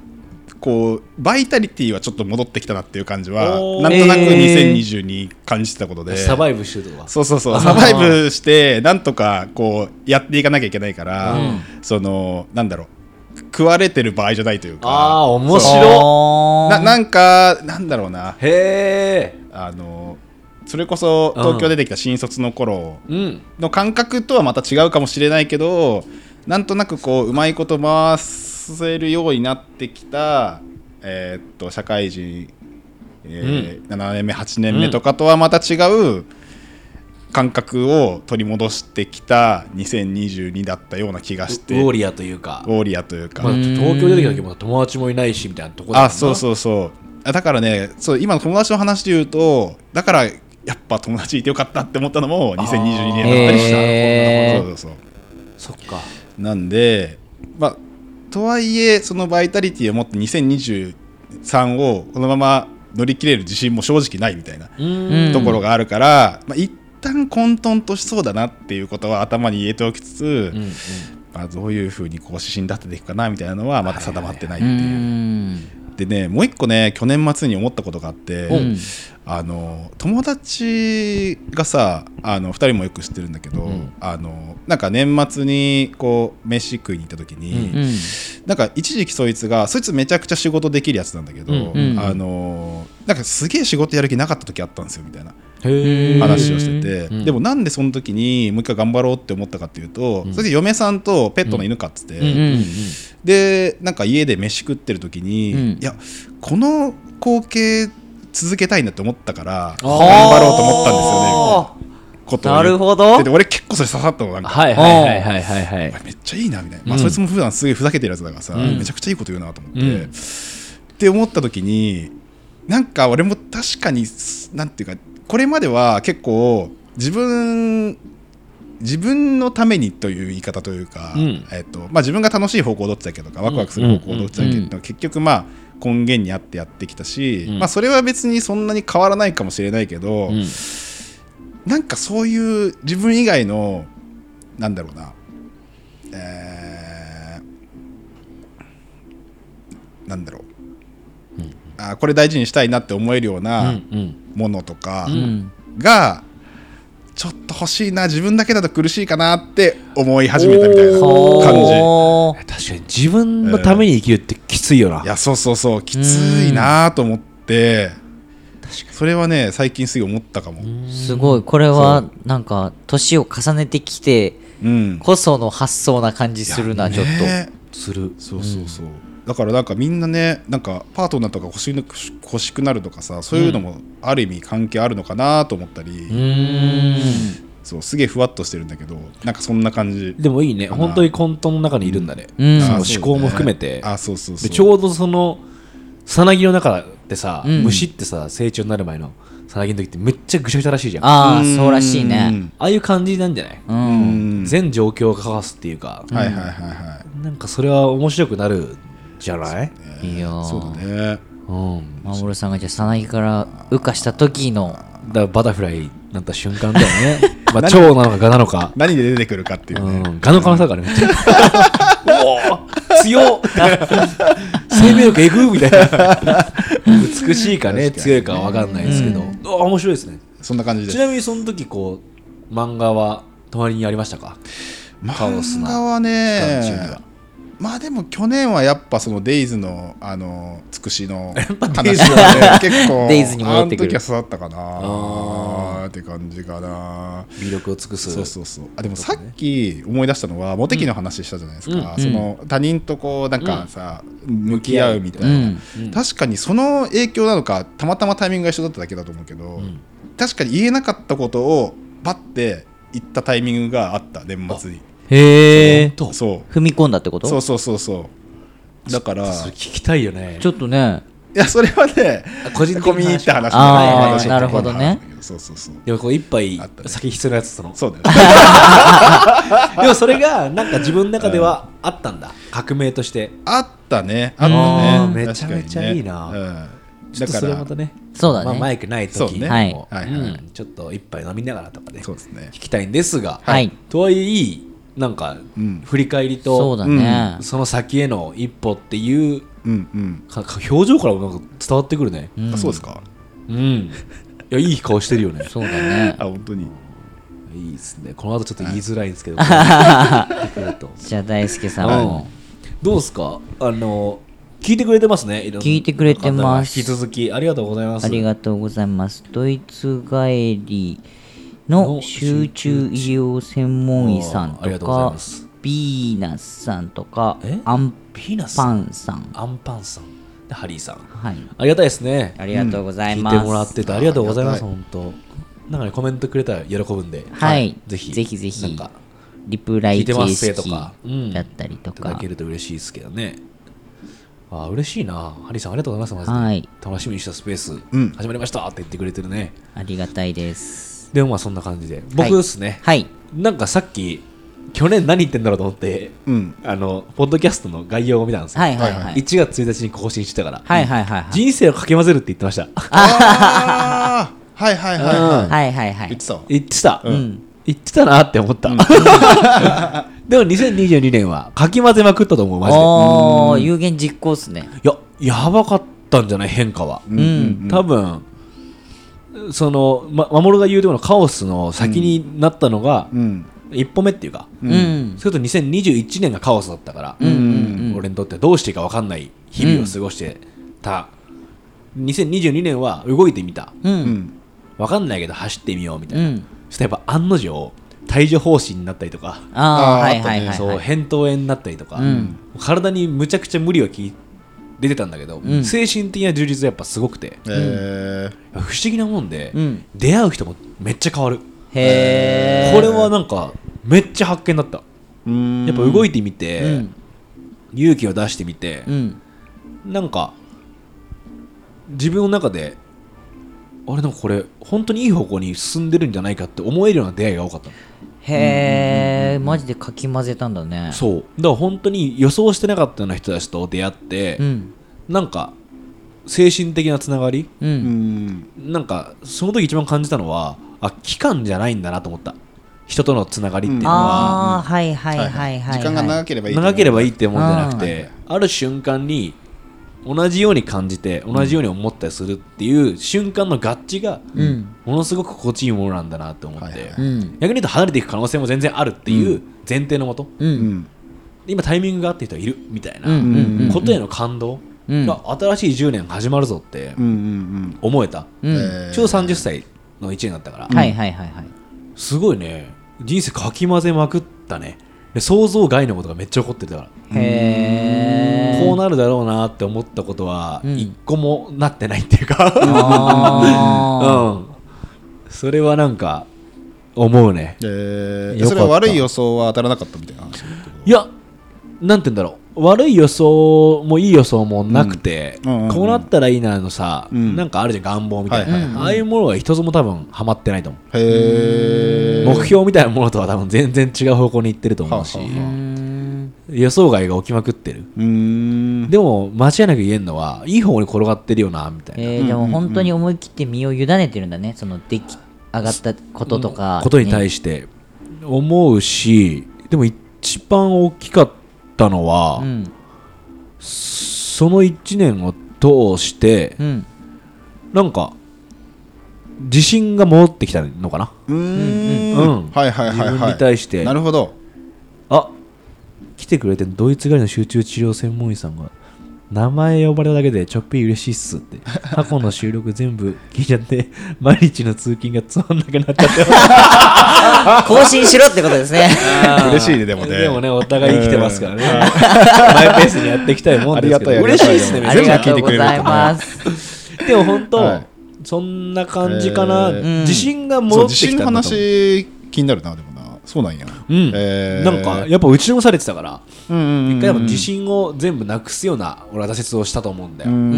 Speaker 2: こうバイタリティはちょっと戻ってきたなっていう感じは
Speaker 3: おー
Speaker 2: なんとなく
Speaker 1: えー
Speaker 2: 2022感じてたことで、
Speaker 3: サバイブしてるとか
Speaker 2: そうそうそうサバイブしてなんとかこうやっていかなきゃいけないから、
Speaker 3: うん
Speaker 2: そのなんだろう食われてる場合じゃないというか
Speaker 3: あー面
Speaker 2: そう
Speaker 3: 白
Speaker 2: ななんかなんだろうな
Speaker 3: へえ
Speaker 2: あのそれこそ東京出てきた新卒の頃
Speaker 3: うん
Speaker 2: の感覚とはまた違うかもしれないけどなんとなくこううまいこと回せるようになってきた、えーっと社会人、えー7年目8年目とかとはまた違う感覚を取り戻してきた2022だったような気がして
Speaker 3: ウォーリアというか
Speaker 2: ウォーリアというか、
Speaker 3: まあ東京出てきた時も友達もいないしみたいなとこだもんな
Speaker 2: あそうそうそうあだからねそう今の友達の話で言うとだからやっぱ友達いてよかったって思ったのも2022年だったりした、
Speaker 1: へー
Speaker 2: そうそうそう
Speaker 3: そっか
Speaker 2: なんで、まあ、とはいえそのバイタリティを持って2023をこのまま乗り切れる自信も正直ないみたいな
Speaker 3: う
Speaker 1: う
Speaker 3: ー
Speaker 1: んん
Speaker 2: ところがあるから、まあ、一旦混沌としそうだなっていうことは頭に入れておきつつ、
Speaker 3: うんうん
Speaker 2: まあ、どういうふうにこう指針立てていくかなみたいなのはまだ定まってないっ
Speaker 1: う
Speaker 2: ていう。
Speaker 1: ん
Speaker 2: でねもう一個ね去年末に思ったことがあって、
Speaker 1: うん
Speaker 2: あの友達がさあの2人もよく知ってるんだけど、
Speaker 3: うん
Speaker 2: あのなんか年末にこう飯食いに行った時に、
Speaker 3: うん
Speaker 1: うん
Speaker 2: なんか一時期そいつがそいつめちゃくちゃ仕事できるやつなんだけど、
Speaker 3: うん
Speaker 1: うん
Speaker 2: あのなんかすげえ仕事やる気なかった時あったんですよみたいな
Speaker 3: へえ
Speaker 2: 話をしてて、
Speaker 3: うん
Speaker 2: でもなんでその時にもう一回頑張ろうって思ったかっていうと、
Speaker 3: うん
Speaker 2: それで嫁さんとペットの犬飼ってて、
Speaker 3: うんうんうん
Speaker 2: でなんか家で飯食ってる時に、
Speaker 1: うん
Speaker 2: いやこの光景続けたいなって思ったから頑
Speaker 3: あー
Speaker 2: 張ろうと思ったんですよねみたいなことを言
Speaker 1: な
Speaker 2: って
Speaker 1: るほど
Speaker 2: で俺結構それ刺さったのなんか、
Speaker 3: はいはいはいはいはいはい
Speaker 2: お前めっちゃいいなみたいな、まあ
Speaker 3: うん
Speaker 2: そいつも普段すげえふざけてるやつだからさ、
Speaker 3: うん
Speaker 2: めちゃくちゃいいこと言うなと思って、
Speaker 3: うん
Speaker 2: って思った時になんか俺も確かになんていうかこれまでは結構自分自分のためにという言い方というか、
Speaker 3: うん
Speaker 2: えっとまあ、自分が楽しい方向を取ってたけどかワクワクする方向を取ってたけど、
Speaker 1: う
Speaker 2: 結局まあ根源にあってやってきたし、
Speaker 3: うん
Speaker 2: まあ、それは別にそんなに変わらないかもしれないけど、
Speaker 3: うん
Speaker 2: なんかそういう自分以外のなんだろうな、えーなんだろう、あーこれ大事にしたいなって思えるよう
Speaker 3: う
Speaker 2: なんものとか
Speaker 1: うん
Speaker 2: が、ちょっと欲しいな自分だけだと苦しいかなって思い始めたみたいな感じ。
Speaker 1: ほー
Speaker 3: 確かに自分のために生きるってきついよない
Speaker 2: やそうそうそうきついなと思って
Speaker 3: 確か
Speaker 2: それはね最近すぐ思ったかも。
Speaker 1: すごいこれはなんか年を重ねてきて
Speaker 2: うん、
Speaker 1: こその発想な感じするなちょっと
Speaker 2: ね
Speaker 3: する
Speaker 2: そうそうそう、だからなんかみんなねなんかパートナーとか欲しいの欲しくなるとかさそういうのもある意味関係あるのかなと思ったり、
Speaker 1: うん
Speaker 2: そうすげえふわっとしてるんだけどなんかそんな感じ
Speaker 3: でもいいね本当に混沌の中にいるんだね、
Speaker 1: うん
Speaker 3: その
Speaker 2: あ
Speaker 3: 思
Speaker 2: そう
Speaker 3: 考も含めて、
Speaker 2: あそうそうそう
Speaker 3: でちょうどそのさなぎの中でさ、
Speaker 1: うん
Speaker 3: 虫ってさ成長になる前のさなぎの時ってめっちゃぐしゃぐしゃらしいじゃんあ
Speaker 1: ああそうらしいね
Speaker 3: あいう感じなんじゃない、
Speaker 1: う
Speaker 2: うんん
Speaker 3: 全状況をかわすっていうか、
Speaker 2: はいはいはいは
Speaker 3: なんかそれは面白くなるじゃない
Speaker 1: いいよ
Speaker 2: いそうだね
Speaker 3: うん、
Speaker 1: マモルさんがじゃあさなぎから羽化した時の
Speaker 3: だからバタフライになった瞬間だよね まあ蝶なのかガなのか
Speaker 2: 何で出てくるかっていう
Speaker 3: う
Speaker 2: ね、
Speaker 3: ん、ガの可能性があるね。おお強っ生命力えぐみたいな。美しいかね、
Speaker 2: 確かにね
Speaker 3: 強いかは分かんないですけど。あ面白いですね。
Speaker 2: そんな感じで
Speaker 3: ち
Speaker 2: す
Speaker 3: なみにその時、こう、漫画は隣にありましたかカオス
Speaker 2: 漫画
Speaker 3: な
Speaker 2: は
Speaker 3: 感じ
Speaker 2: ね
Speaker 3: が
Speaker 2: まあでも去年はやっぱそのデイズのあのつくしの話が
Speaker 3: デイ
Speaker 2: ね
Speaker 3: ズ
Speaker 2: 結構
Speaker 1: デイズに戻ってくる
Speaker 2: あの時は刺さったかな
Speaker 3: あ
Speaker 2: って感じかな
Speaker 3: 魅力を尽くす。
Speaker 2: そうそうそうあでもさっき思い出したのはモテ期の話したじゃないですか、
Speaker 1: うん
Speaker 2: その他人とこうなんかさ、向き合うみたいな、
Speaker 3: うん
Speaker 2: 確かにその影響なのかたまたまタイミングが一緒だっただけだと思うけど、
Speaker 3: ん
Speaker 2: 確かに言えなかったことをパッて言ったタイミングがあった年末に
Speaker 1: へえ
Speaker 3: 本当
Speaker 2: そう
Speaker 1: 踏み込んだってこと
Speaker 2: そうそうそうそうだから
Speaker 3: それ
Speaker 2: い
Speaker 3: 聞きたいよね。
Speaker 1: ちょっとね
Speaker 2: やそれはね
Speaker 3: 個人的
Speaker 2: 込み入った話
Speaker 3: 話。
Speaker 1: あ
Speaker 3: ー
Speaker 2: 私の
Speaker 1: なるほどね
Speaker 2: そうそうそう
Speaker 3: でもこう一杯
Speaker 2: あったね
Speaker 3: 先必要なやつその
Speaker 2: そう だよね
Speaker 3: でもそれがなんか自分の中ではあったんだ革命として
Speaker 2: あったねあったね
Speaker 3: うんめちゃめちゃ
Speaker 2: 確かにね
Speaker 3: いいな
Speaker 2: うん、
Speaker 3: ちょ
Speaker 2: だ
Speaker 3: っと
Speaker 2: か
Speaker 3: それ
Speaker 2: ら
Speaker 3: またね
Speaker 1: そうだ
Speaker 3: まあ、マイ
Speaker 1: ね
Speaker 3: クない
Speaker 2: そう
Speaker 3: 時
Speaker 2: ね
Speaker 1: はい
Speaker 3: も
Speaker 2: はいはいはい
Speaker 3: うんちょっと一杯飲みながらとかで
Speaker 2: そう
Speaker 3: 聞
Speaker 2: ですね
Speaker 3: きたいんですが、
Speaker 1: はい
Speaker 3: とはいえいいなんか
Speaker 2: うん
Speaker 3: 振り返り
Speaker 1: そう
Speaker 3: と、
Speaker 1: だね
Speaker 2: う
Speaker 3: その先への一歩っていう
Speaker 2: うんうん
Speaker 3: かか表情からもなんか伝わってくるね
Speaker 1: うん
Speaker 2: あそうですか
Speaker 3: うんいやいい顔してるよね
Speaker 1: そうだね
Speaker 2: あ本 当に
Speaker 3: いいですねこの後ちょっと言いづらいんですけど来 ると
Speaker 1: じゃあ大輔さん
Speaker 3: うん
Speaker 1: も
Speaker 3: どうですかあの聞いてくれてますねいろんな
Speaker 1: 聞いてくれてます
Speaker 3: 方が引き続きありがとうございます
Speaker 1: ありがとうございますドイツ帰りの
Speaker 3: の
Speaker 1: 集中医療専門医さん
Speaker 3: ありが
Speaker 1: と
Speaker 3: とうござい
Speaker 1: か
Speaker 3: ます
Speaker 1: ビーナスさんとか
Speaker 3: え
Speaker 1: アン
Speaker 3: ピーナスさ
Speaker 1: パ
Speaker 3: ん
Speaker 1: ンさん
Speaker 3: アンパンさんでハリーさん
Speaker 1: はい
Speaker 3: ありがたいですね
Speaker 1: ありがとうござい
Speaker 3: 聞い
Speaker 1: ます、
Speaker 3: てもらっててありがとうございます
Speaker 2: あ
Speaker 3: 本当なんかねコメントくれたら喜ぶんで
Speaker 1: はい
Speaker 3: ぜひ
Speaker 1: ぜひぜひ
Speaker 3: なんか
Speaker 1: リプラ
Speaker 3: 聞
Speaker 1: イ
Speaker 3: いて
Speaker 1: 形
Speaker 3: ます
Speaker 1: 式
Speaker 3: とかうん
Speaker 1: だったりと
Speaker 3: いただ
Speaker 1: か
Speaker 3: けると嬉しいですけどねあー嬉しいなハリーさんありがとうございますマジで
Speaker 1: はい
Speaker 3: 楽しみにしたスペース、
Speaker 2: うん
Speaker 3: 始まりましたって言ってくれてるね
Speaker 1: ありがたいです
Speaker 3: でもまあそんな感じで僕ですね、
Speaker 1: はい
Speaker 3: なんかさっき去年何言ってんだろうと思って
Speaker 2: うん
Speaker 3: あのポッドキャストの概要を見たんですよ、
Speaker 1: はいはいはい
Speaker 3: 1月1日に更新してたから、
Speaker 1: はいはいはいはい
Speaker 3: 人生をかき混ぜるって言って ました
Speaker 2: あーはいはいはいは
Speaker 1: はいはいはい
Speaker 2: い言ってたわ
Speaker 3: 言ってた、
Speaker 1: ん
Speaker 3: 言ってたなって思った、 でも2022年はかき混ぜまくったと思うマジで
Speaker 1: おー有言実行っすね
Speaker 3: いややばかったんじゃない変化は、
Speaker 2: うん
Speaker 3: 多分その、ま、守が言うとこのカオスの先になったのが、
Speaker 2: うん
Speaker 3: 一歩目っていうか、
Speaker 1: うん、うん
Speaker 3: それと2021年がカオスだったから、俺にとってどうしていいか分かんない日々を過ごしてた、2022年は動いてみた
Speaker 1: うん
Speaker 2: うん
Speaker 3: 分かんないけど走ってみようみたいな、
Speaker 1: うん
Speaker 3: そしたらやっぱ案の定帯状疱疹になったりとか、
Speaker 1: ああ
Speaker 2: あー
Speaker 1: はい
Speaker 2: あとね
Speaker 1: はいはいはい
Speaker 3: そう扁桃炎になったりとか、
Speaker 1: うん
Speaker 3: 体にむちゃくちゃ無理をき出てたんだけど、
Speaker 1: ん
Speaker 3: 精神的な充実がやっぱすごくて
Speaker 2: えー
Speaker 3: 不思議なもんで、
Speaker 1: うん
Speaker 3: 出会う人もめっちゃ変わる、
Speaker 1: へえ
Speaker 3: これはなんかめっちゃ発見だった
Speaker 2: うーん
Speaker 3: やっぱ動いてみて、
Speaker 1: うん
Speaker 3: 勇気を出してみて
Speaker 1: う、ん
Speaker 3: なんか自分の中であれなんかこれ本当にいい方向に進んでるんじゃないかって思えるような出会いが多かったの
Speaker 1: へえマジでかき混ぜたんだね
Speaker 3: そうだから本当に予想してなかったような人たちと出会って、
Speaker 1: うん
Speaker 3: なんか精神的なつながり
Speaker 1: う
Speaker 2: うんん
Speaker 3: なんかその時一番感じたのはあ期間じゃないんだなと思った人とのつながりっていうのは、
Speaker 1: ああはいはいはいはいはい
Speaker 2: 時間が長ければいい
Speaker 3: 長ければいい
Speaker 2: い
Speaker 3: ってもんじゃなくて、ある瞬間に同じように感じて同じように思ったりするっていう瞬間の合致が、
Speaker 1: うん
Speaker 3: ものすごく心地いいものなんだなって思って、
Speaker 2: はいはい
Speaker 1: うん
Speaker 3: 逆に言うと離れていく可能性も全然あるっていう前提のもと、
Speaker 1: う
Speaker 2: うんん
Speaker 3: 今タイミングが合ってる人がいるみたい
Speaker 1: うんう
Speaker 3: なん
Speaker 1: うん
Speaker 3: ことへの感動
Speaker 1: うん
Speaker 3: が新しい10年始まるぞって
Speaker 2: うんうん
Speaker 3: 思えた、
Speaker 1: うん
Speaker 2: えー
Speaker 3: ちょうど30歳の1年だったから、
Speaker 1: はいはいはいはい
Speaker 3: すごいね人生かき混ぜまくったねで想像外のことがめっちゃ起こってたから
Speaker 1: へえ
Speaker 3: こうなるだろうなって思ったことは
Speaker 1: うん
Speaker 3: 一個もなってないっていうか、
Speaker 1: あ
Speaker 3: うん、それはなんか思うね
Speaker 2: えー
Speaker 3: よかった
Speaker 2: それは悪い予想は当たらなかったみたいな話
Speaker 3: いや、なんて言うんだろう、悪い予想もいい予想もなくて、
Speaker 2: うんうんうんうん
Speaker 3: こうなったらいいなのさ、
Speaker 2: うん
Speaker 3: なんかあるじゃん、願望みたいな、
Speaker 2: はいはい
Speaker 1: はい
Speaker 3: ああいうものが一つも多分はまってないと思う、
Speaker 2: へえ
Speaker 3: 目標みたいなものとは多分全然違う方向に行ってると思うし、
Speaker 2: はあは
Speaker 1: ーうーん
Speaker 3: 予想外が起きまくってる、
Speaker 2: うーん
Speaker 3: でも間違いなく言えるのは、いい方に転がってるよな、みたいな。
Speaker 1: えーでも本当に思い切って身を委ねてるんだねその出来上がったこととか
Speaker 3: ことに対して思うし、でも一番大きかったのは、
Speaker 1: うん
Speaker 3: その1年を通して、
Speaker 1: うん
Speaker 3: なんか自信が戻ってきたのかな、
Speaker 2: うーん
Speaker 3: うん
Speaker 2: はいはいはいはい
Speaker 3: 自分に対して
Speaker 2: なるほど
Speaker 3: あ来てくれてるドイツ帰りの集中治療専門医さんが名前呼ばれただけでちょっぴり嬉しいっすって過去の収録全部聞いちゃって 毎日の通勤がつまんなくなっちゃって
Speaker 1: 更新しろってことですね
Speaker 2: 嬉しいねでもね
Speaker 3: でもねお互い生きてますからね マイペースにやっていきたいもんですけど
Speaker 2: ありがたいありが
Speaker 3: 嬉したい
Speaker 2: い
Speaker 3: ですね
Speaker 1: あ
Speaker 3: め
Speaker 1: り
Speaker 3: ちゃ
Speaker 1: が
Speaker 3: くち
Speaker 1: とうございま
Speaker 2: 全
Speaker 1: す
Speaker 3: ゃでも本当、
Speaker 2: はい
Speaker 3: そんな感じかな、
Speaker 2: え
Speaker 1: ー
Speaker 3: 自信が
Speaker 2: そう
Speaker 3: 戻って
Speaker 2: 自
Speaker 3: き
Speaker 2: 信
Speaker 3: た
Speaker 2: の
Speaker 3: んだと思う
Speaker 2: 話気になるなでもなそうなんや
Speaker 3: うん
Speaker 2: えー
Speaker 3: なんかやっぱ打ちのめされてたから
Speaker 2: うんうんうん
Speaker 3: 一回でも自信を全部なくすような俺は挫折をしたと思うんだよ、
Speaker 2: うん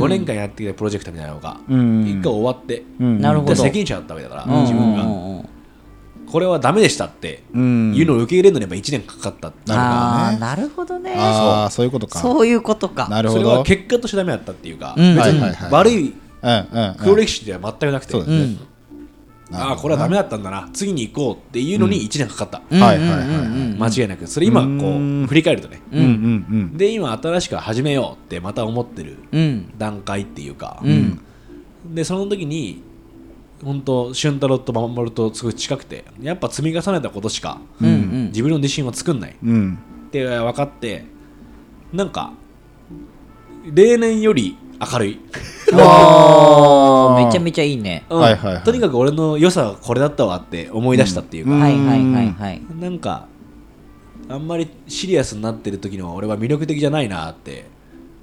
Speaker 3: 5年間やってきたプロジェクトみたいなのが
Speaker 2: うん
Speaker 3: 一回終わって、
Speaker 2: うん
Speaker 1: なる
Speaker 3: 一
Speaker 1: ほど
Speaker 3: 回責任者だったわけだから、
Speaker 1: うん
Speaker 3: 自分
Speaker 1: う
Speaker 3: が
Speaker 1: んうんうん
Speaker 3: これはダメでしたって
Speaker 2: うん
Speaker 3: いうのを受け入れるのにやっぱ1年かかったっていう
Speaker 1: あ
Speaker 2: なるほどね
Speaker 1: あーなるほどね
Speaker 2: ああそういうことか
Speaker 1: そういうことか
Speaker 2: なるほ
Speaker 3: それ
Speaker 2: ど
Speaker 3: は結果としてダメだったっていうか、
Speaker 1: うん
Speaker 3: 別
Speaker 2: はいはい
Speaker 3: に
Speaker 2: はい
Speaker 3: 悪い
Speaker 2: うんうんうん
Speaker 3: 黒歴史では全くなくて、
Speaker 2: そうだねる
Speaker 3: ああ
Speaker 2: ほどな
Speaker 3: これはダメだったんだな次に行こうっていうのに1年かかった、
Speaker 1: うん
Speaker 2: はいはいはいはい
Speaker 1: うんうんうん
Speaker 3: 間違いなくそれ今こ
Speaker 2: うん
Speaker 3: う振り返るとね
Speaker 2: うんうん
Speaker 3: で今新しく始めようってまた思ってる
Speaker 1: うん
Speaker 3: 段階っていうか、
Speaker 1: うん
Speaker 3: でその時に本当俊太郎と守るとすごい近くてやっぱ積み重ねたことしか、
Speaker 1: うんうん
Speaker 3: 自分の自信は作んない
Speaker 2: うんうん
Speaker 3: って分かってなんか例年より明るい、
Speaker 1: あーめちゃめちゃいいね
Speaker 3: うん
Speaker 2: はいはいはい
Speaker 3: とにかく俺の良さはこれだったわって思い出したっていうか、
Speaker 2: うん
Speaker 1: はいはいはいはい
Speaker 3: なんかあんまりシリアスになってる時の俺は魅力的じゃないなって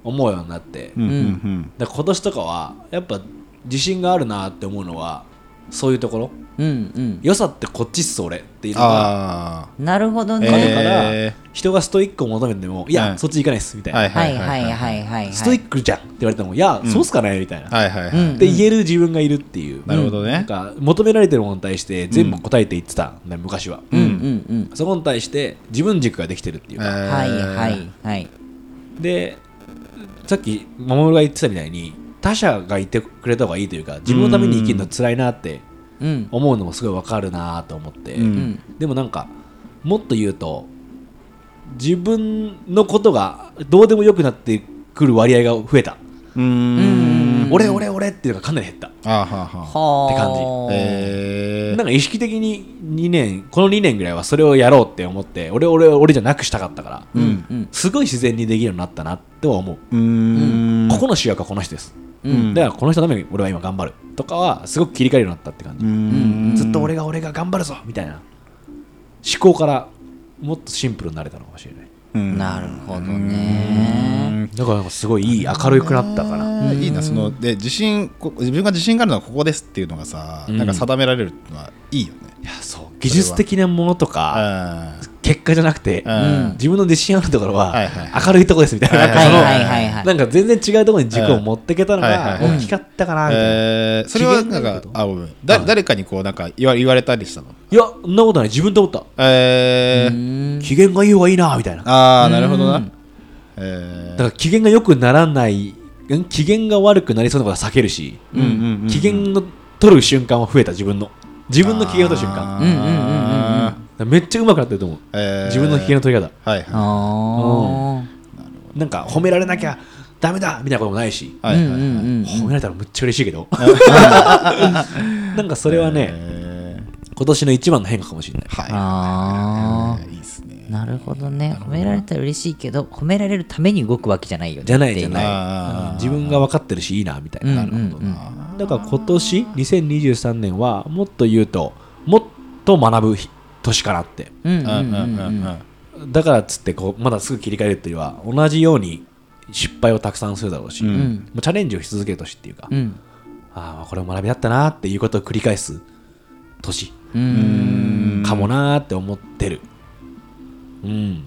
Speaker 3: 思うようになって、
Speaker 2: うんうんうん
Speaker 3: だから今年とかはやっぱ自信があるなって思うのはそういうところ
Speaker 1: うんうん
Speaker 3: 良さってこっちっす俺っていうのが
Speaker 2: あ
Speaker 1: なるほど
Speaker 2: あ
Speaker 1: ね、
Speaker 3: だから、
Speaker 2: え
Speaker 3: 人がストイックを求めてもいや、
Speaker 2: はい
Speaker 3: そっち行かないっすみたい
Speaker 2: ー
Speaker 3: な、
Speaker 2: はいは
Speaker 1: はいい
Speaker 2: は
Speaker 1: はいい
Speaker 2: はい
Speaker 1: はいはい
Speaker 3: ストイックじゃんって言われてもいや、そうっすかねみたいな、
Speaker 2: はいはいはい
Speaker 1: うん
Speaker 3: って言える自分がいるっていう、
Speaker 2: なるほど
Speaker 3: なん
Speaker 2: ね
Speaker 3: か求められてるものに対して全部答えていってたんだよ、昔は、
Speaker 1: うんうん
Speaker 3: そこに対して自分軸ができてるっていう
Speaker 2: え
Speaker 3: か、
Speaker 1: うん
Speaker 2: ー
Speaker 1: はいはいはい
Speaker 3: でさっき守が言ってたみたいに他者がいてくれた方がいいというか自分のために生きるの辛いなって
Speaker 1: うん
Speaker 3: 思うのもすごいわかるなと思って、
Speaker 2: う
Speaker 1: うんん
Speaker 3: でもなんかもっと言うと自分のことがどうでもよくなってくる割合が増えた、
Speaker 2: うーん
Speaker 3: 俺俺俺っていうのがかなり減った
Speaker 2: あーはーは
Speaker 1: は
Speaker 3: っ
Speaker 2: ーえ
Speaker 3: なんか意識的に2年この2年ぐらいはそれをやろうって思って俺俺俺じゃなくしたかったから、
Speaker 1: うんうん
Speaker 3: すごい自然にできるようになったなっては思う、
Speaker 2: うーん
Speaker 3: ここの主役はこの人です、
Speaker 2: うん
Speaker 3: だからこの人のために俺は今頑張るとかはすごく切り替えるようになったって感じ、
Speaker 2: うん
Speaker 3: ずっと俺が俺が頑張るぞみたいな思考からもっとシンプルになれたのかもしれない
Speaker 2: うん
Speaker 1: なるほどね
Speaker 3: だからなんかすごいいい明るくなったから、
Speaker 2: えーいいなそので自信こ自分が自信があるのはここですっていうのがさ、
Speaker 3: うん
Speaker 2: なんか定められるってのはいいよね
Speaker 3: いやそう技術的なものとか
Speaker 2: あ
Speaker 3: 結果じゃなくて、
Speaker 2: うん
Speaker 3: 自分の自信あるところは
Speaker 2: はいはい
Speaker 3: 明るいところですみたいな,、
Speaker 2: はい
Speaker 1: はい
Speaker 3: なんかそ
Speaker 1: は
Speaker 3: の
Speaker 1: いはいはい
Speaker 3: なんか全然違うところに軸を持ってけたの
Speaker 2: はいはい
Speaker 3: が
Speaker 2: はい
Speaker 3: 大きかったかなみたいな、
Speaker 2: えーそれはなん
Speaker 3: 機嫌がいい
Speaker 2: か
Speaker 3: こと
Speaker 2: あごめんだ、誰かにこうなんか言わ言われたりしたの
Speaker 3: いやそんなことない自分と思った、
Speaker 2: えー
Speaker 3: 機嫌がいい方がいいなみたいなだか
Speaker 2: ああなるほどなえー
Speaker 3: ら機嫌が良くならないん機嫌が悪くなりそうなことは避けるし、
Speaker 2: うんうんうんうん
Speaker 3: 機嫌の取る瞬間は増えた自分の自分の機嫌を取る瞬間
Speaker 2: あ
Speaker 3: だ
Speaker 2: ー
Speaker 1: うんうんうんうんうん
Speaker 3: からめっちゃうまくなってると思う、
Speaker 2: えー
Speaker 3: 自分の機嫌の取り方
Speaker 2: はいはい
Speaker 1: あ
Speaker 3: なんか褒められなきゃダメだみたいなこともないし、
Speaker 1: あ
Speaker 2: はいはいはい
Speaker 3: 褒められたらむっちゃ嬉しい けどなんかそれはね、
Speaker 2: えー
Speaker 3: 今年の一番の変化かもしれない
Speaker 1: あ
Speaker 2: はいいいですね
Speaker 1: なるほどね褒められたら嬉しいけど褒められるために動くわけじゃないよね
Speaker 3: じゃないじゃ
Speaker 1: い
Speaker 3: な
Speaker 2: あー
Speaker 3: い自分が分かってるしいいなみたい
Speaker 1: うん
Speaker 3: な、
Speaker 1: うんうん
Speaker 3: だから今年2023年はもっと言うともっと学ぶ年かなって
Speaker 1: うん
Speaker 2: うんうんうんうん
Speaker 3: だからっつってこうまだすぐ切り替えるっていうよりは同じように失敗をたくさんするだろうし、
Speaker 2: う
Speaker 1: うん
Speaker 3: も
Speaker 1: ん
Speaker 3: うチャレンジをし続ける年っていうか、
Speaker 1: うん
Speaker 3: ああこれも学びだったなっていうことを繰り返す年
Speaker 1: うん
Speaker 3: かもなーって思ってるうん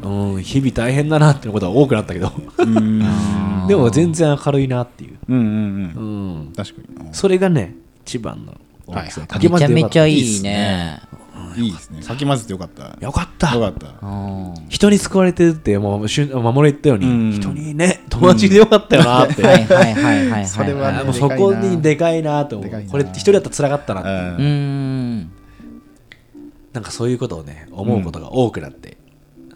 Speaker 3: うん、日々大変だなっていうことは多くなったけど
Speaker 2: うん
Speaker 3: でも全然明るいなっていう、
Speaker 2: うんうん
Speaker 3: う
Speaker 2: うん
Speaker 3: ん、
Speaker 2: 確かに
Speaker 3: それがね一番の
Speaker 2: はいはい
Speaker 3: か
Speaker 1: めちゃめちゃ
Speaker 3: い
Speaker 1: いいね
Speaker 2: いいですね。かき混ぜてよかった。よ
Speaker 3: よかった
Speaker 2: かった。
Speaker 1: うん
Speaker 3: 人に救われてるってもうしゅ守れ言ったように、
Speaker 2: うん
Speaker 3: 人にね友達でよかったよなって、
Speaker 1: はいはいはいはい
Speaker 2: それはね
Speaker 3: あもうそこに
Speaker 2: で
Speaker 3: でかいなと思
Speaker 2: でかいうな
Speaker 3: これ一人だったらつらかったなって、
Speaker 1: うーん
Speaker 3: なんかそういうことをね思うことが多くなって、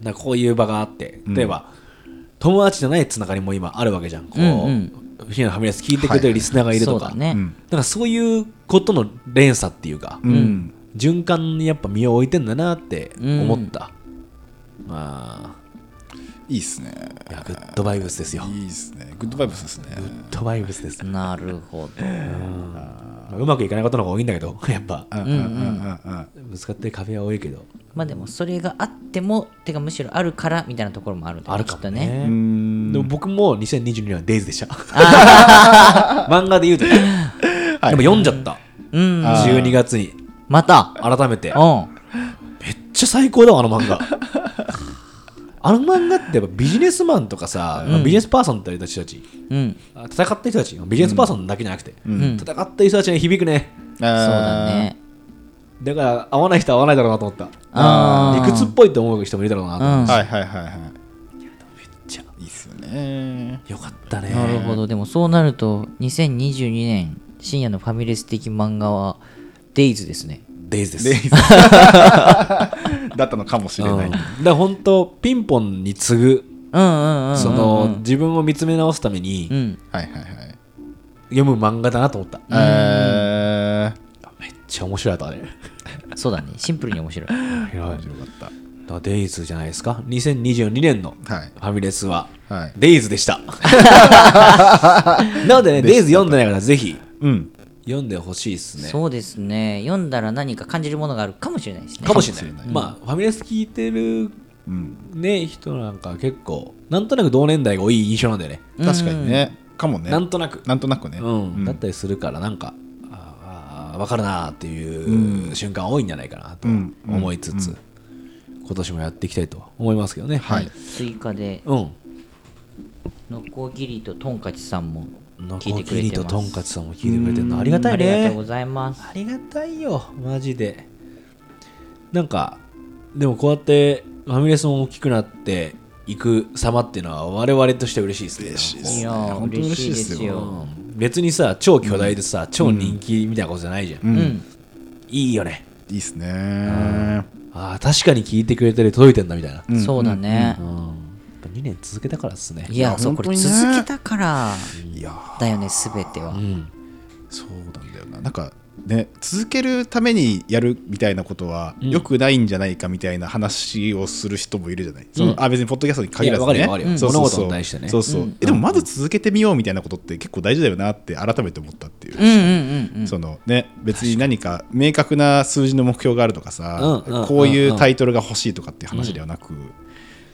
Speaker 3: なんかこういう場があって例えば、友達じゃないつながりも今あるわけじゃんこう、
Speaker 1: うん
Speaker 3: フィナファミレス聞いてくれてるリスナーがいる
Speaker 1: そ
Speaker 3: と
Speaker 1: う
Speaker 3: か、
Speaker 1: だね
Speaker 2: うん
Speaker 3: なんかそういうことの連鎖っていうか、
Speaker 2: うん。
Speaker 3: 循環にやっぱ身を置いてんだなって思った、ま
Speaker 2: いいっすね。
Speaker 3: あいやグッドバイブスですよ
Speaker 2: いいっすね。グッドバイブスですね。
Speaker 3: グッドバイブスです、
Speaker 1: なるほど
Speaker 3: まあうまくいかないことの方が多いんだけど やっぱ
Speaker 2: うんうんうんうん
Speaker 3: ぶつかってる壁は多いけど
Speaker 1: まあでもそれがあってもてかむしろあるからみたいなところもあるんだよ
Speaker 3: あるかも
Speaker 1: きっと
Speaker 3: ね
Speaker 2: うーん。
Speaker 3: でも僕も2022年はデイズでした 漫画で言うとねでも読んじゃった
Speaker 1: うん
Speaker 2: あー
Speaker 3: 12月に
Speaker 1: また
Speaker 3: 改めてめっ
Speaker 1: うん
Speaker 3: ちゃ最高だわあの漫画あの漫画ってやっぱビジネスマンとかさ、ビジネスパーソンって言われた人たち
Speaker 1: うん
Speaker 3: あ戦った人たちビジネスパーソンだけじゃなくて、
Speaker 1: ん
Speaker 3: 戦った人たちに響くね
Speaker 1: そうだね
Speaker 3: だから合わない人は合わないだろうなと思った
Speaker 1: あー
Speaker 3: 理屈っぽいと思う人もいるだろうなと思
Speaker 1: う
Speaker 3: っ
Speaker 1: ん
Speaker 2: あー。はいはいはいは
Speaker 3: ちゃ
Speaker 2: い。いいっすよね。
Speaker 3: よかったね
Speaker 1: なるほどでもそうなると2022年深夜のファミレス的漫画はデイズですね
Speaker 3: デイズです
Speaker 2: でだったのかもしれない、
Speaker 3: うんだから本当ピンポンに次ぐ
Speaker 1: うんうんうんうんうん
Speaker 3: その自分を見つめ直すため
Speaker 1: う
Speaker 3: に
Speaker 1: ん
Speaker 2: はいはいはい
Speaker 3: 読む漫画だなと思った
Speaker 2: えー、
Speaker 3: めっちゃ面白いあれ
Speaker 1: そうだねシンプルに面白い
Speaker 3: はい
Speaker 2: 面白かっ
Speaker 3: だからデイズじゃないですか2022年のフ
Speaker 2: はい
Speaker 3: ァミレスは、
Speaker 2: たはい
Speaker 3: デイズでしたなのでねデイズ読んでないからぜひ
Speaker 2: うん
Speaker 3: 読んでほしいですね
Speaker 1: そうですね読んだら何か感じるものがあるかもしれないですね
Speaker 3: かもしれない
Speaker 2: かもしれない
Speaker 3: まあファミレス聞いてる
Speaker 2: うん
Speaker 3: ね人なんか結構なんとなく同年代が多い印象なんだよね
Speaker 2: 確かにねかもね
Speaker 3: なんとなく
Speaker 2: なんとなくね
Speaker 3: うん
Speaker 2: うん
Speaker 3: だったりするからなんかああ分かるなーっていう瞬間多いんじゃないかなと
Speaker 2: うん
Speaker 3: 思いつつ、今年もやっていきたいとは思いますけどね
Speaker 2: はい
Speaker 1: 追加で
Speaker 3: うん
Speaker 1: ノコギリとトンカチさんも
Speaker 3: ノ
Speaker 1: 聞い
Speaker 3: コ
Speaker 1: てく
Speaker 3: ギ
Speaker 1: れ
Speaker 3: リ
Speaker 1: て
Speaker 3: と
Speaker 1: ます
Speaker 3: トンカツさんも聞いてくれてるのありがた
Speaker 1: あ
Speaker 3: い
Speaker 1: りがとう
Speaker 3: ね
Speaker 1: ございます
Speaker 3: ありがたいよマジでなんかでもこうやってファミレスも大きくなっていく様っていうのは我々として嬉しいですね
Speaker 2: 嬉しいです
Speaker 1: い
Speaker 2: ね
Speaker 1: やー
Speaker 2: 本当に嬉しいで
Speaker 1: 嬉
Speaker 2: す
Speaker 1: しいです
Speaker 2: よ
Speaker 1: よ
Speaker 3: うん別にさ超巨大でさ、超人気みたいなことじゃないじゃん、
Speaker 2: うん
Speaker 1: うん
Speaker 3: いいよね
Speaker 2: いいっすね
Speaker 3: ああ確かに聞いてくれてる届いてんだみたいな、
Speaker 2: ん
Speaker 1: そうだね
Speaker 3: うんやっぱ2年続けたからっすね
Speaker 1: いやそうこ
Speaker 2: 本当
Speaker 1: れ
Speaker 2: にね
Speaker 1: 続けたから
Speaker 2: いやー
Speaker 1: だよね全ては
Speaker 3: うん
Speaker 2: そうなんだよななんかね続けるためにやるみたいなことは
Speaker 3: うん
Speaker 2: 良くないんじゃないかみたいな話をする人もいるじゃない、そ
Speaker 3: うん
Speaker 2: のあ別にポッドキャストに限ら
Speaker 3: いや
Speaker 2: ず
Speaker 3: わかるよわかるよ
Speaker 2: ねそうそうそう
Speaker 3: 物事に対してね
Speaker 2: そうそう、えでもまず続けてみようみたいなことって結構大事だよなって改めて思ったっていう
Speaker 1: うんうんうんうん
Speaker 2: そのね、別に何か明確な数字の目標があるとかさ、
Speaker 3: うんうん
Speaker 2: こういうタイトルが欲しいとかっていう話ではなく、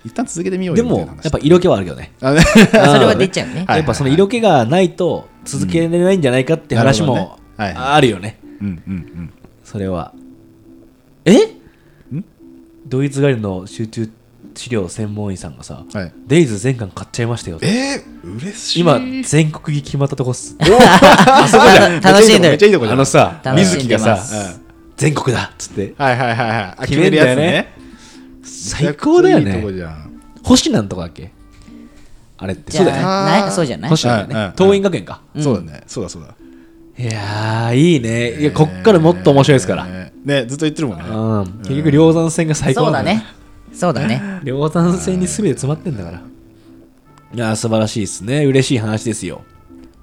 Speaker 2: 一旦続けてみよう
Speaker 3: で
Speaker 2: よみた
Speaker 3: も
Speaker 2: い
Speaker 3: や
Speaker 2: な話
Speaker 3: っぱ色気はあるけどね
Speaker 2: あね
Speaker 1: あそれは出ちゃうね
Speaker 2: はい
Speaker 3: やっぱその色気がないと続けられないんじゃないかって話
Speaker 2: なるほ
Speaker 3: も
Speaker 2: どねはい
Speaker 3: あるよね、
Speaker 2: うんうん
Speaker 3: それは。えドイツ帰りの集中治療専門医さんがさ、
Speaker 2: うんはい
Speaker 3: デイズ全巻買っちゃいましたよ。
Speaker 2: えー、嬉しい
Speaker 3: 今、全国に決まったとこっす。
Speaker 2: あそこじゃん
Speaker 1: 楽しんでる
Speaker 2: めっちゃいいとこじゃ
Speaker 3: あ
Speaker 2: ん
Speaker 3: のさ、
Speaker 1: 楽し
Speaker 3: 水
Speaker 1: ん
Speaker 3: 木
Speaker 1: で
Speaker 3: が
Speaker 1: ま
Speaker 3: さ
Speaker 1: す、
Speaker 3: うん全国だっつって、
Speaker 2: はいはいはいはいあ。
Speaker 3: 決めるやつね最高だよ
Speaker 2: めちゃくちゃいいとこ
Speaker 3: ね。
Speaker 2: じゃん
Speaker 3: 星なんとかだっけあれって。
Speaker 1: じゃ
Speaker 3: そ
Speaker 1: あ
Speaker 3: うだよね。
Speaker 2: ね
Speaker 1: ないそうじゃない
Speaker 3: 星なん
Speaker 2: うん
Speaker 3: だ
Speaker 2: うん
Speaker 3: よ
Speaker 2: う
Speaker 3: ね
Speaker 2: ん。
Speaker 3: 桐蔭学園か。
Speaker 2: そうだね。そうだそうだ。
Speaker 3: いやー、いいね。いや、こっからもっと面白いですから。
Speaker 2: ねね、ずっと言ってるもんね。
Speaker 3: うん。結局、梁山戦が最高
Speaker 1: そうだ
Speaker 3: なんよ
Speaker 1: ねそうだね
Speaker 3: 量産性に全て詰まってんだからいやー素晴らしいですね嬉しい話ですよ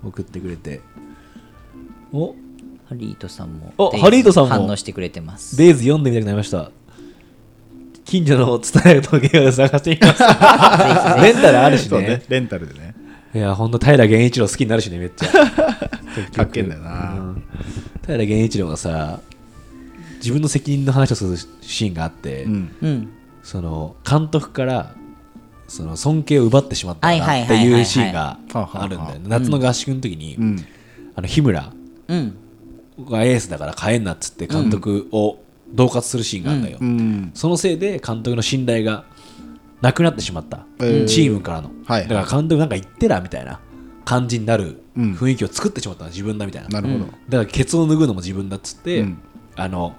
Speaker 3: 送ってくれてお
Speaker 1: ハリートさんも
Speaker 3: お
Speaker 1: デイズ
Speaker 3: ハリートさんも
Speaker 1: 反応してくれてます
Speaker 3: デイズ読んでみたくなりました近所の伝える時計を探してみますレンタルあるし
Speaker 2: そう
Speaker 3: ね
Speaker 2: ね。レンタルでね。
Speaker 3: いやほんと平源一郎好きになるしねめっちゃ結局
Speaker 2: かっけえんだよな
Speaker 3: うん平源一郎がさ自分の責任の話をするシーンがあって、
Speaker 2: うん。
Speaker 1: うん
Speaker 3: その監督からその尊敬を奪ってしまった
Speaker 1: は
Speaker 3: ないっ
Speaker 1: は
Speaker 3: て
Speaker 1: いはいはい
Speaker 3: い
Speaker 1: は
Speaker 3: う
Speaker 1: い
Speaker 3: シーンがあるんだよね夏の合宿の時に、
Speaker 2: うん。
Speaker 3: あの日村
Speaker 1: うん
Speaker 3: がエースだから変えんなっつって監督を恫喝するシーンがあるんだよ、
Speaker 2: うん。
Speaker 3: そのせいで監督の信頼がなくなってしまった、
Speaker 2: うん
Speaker 3: チームからの、
Speaker 2: はいはい
Speaker 3: だから監督なんか言ってらみたいな感じになる雰囲気を作ってしまったの自分だみたいな
Speaker 2: なるほど。
Speaker 3: だからケツを脱ぐのも自分だっつって、
Speaker 2: うん
Speaker 3: あの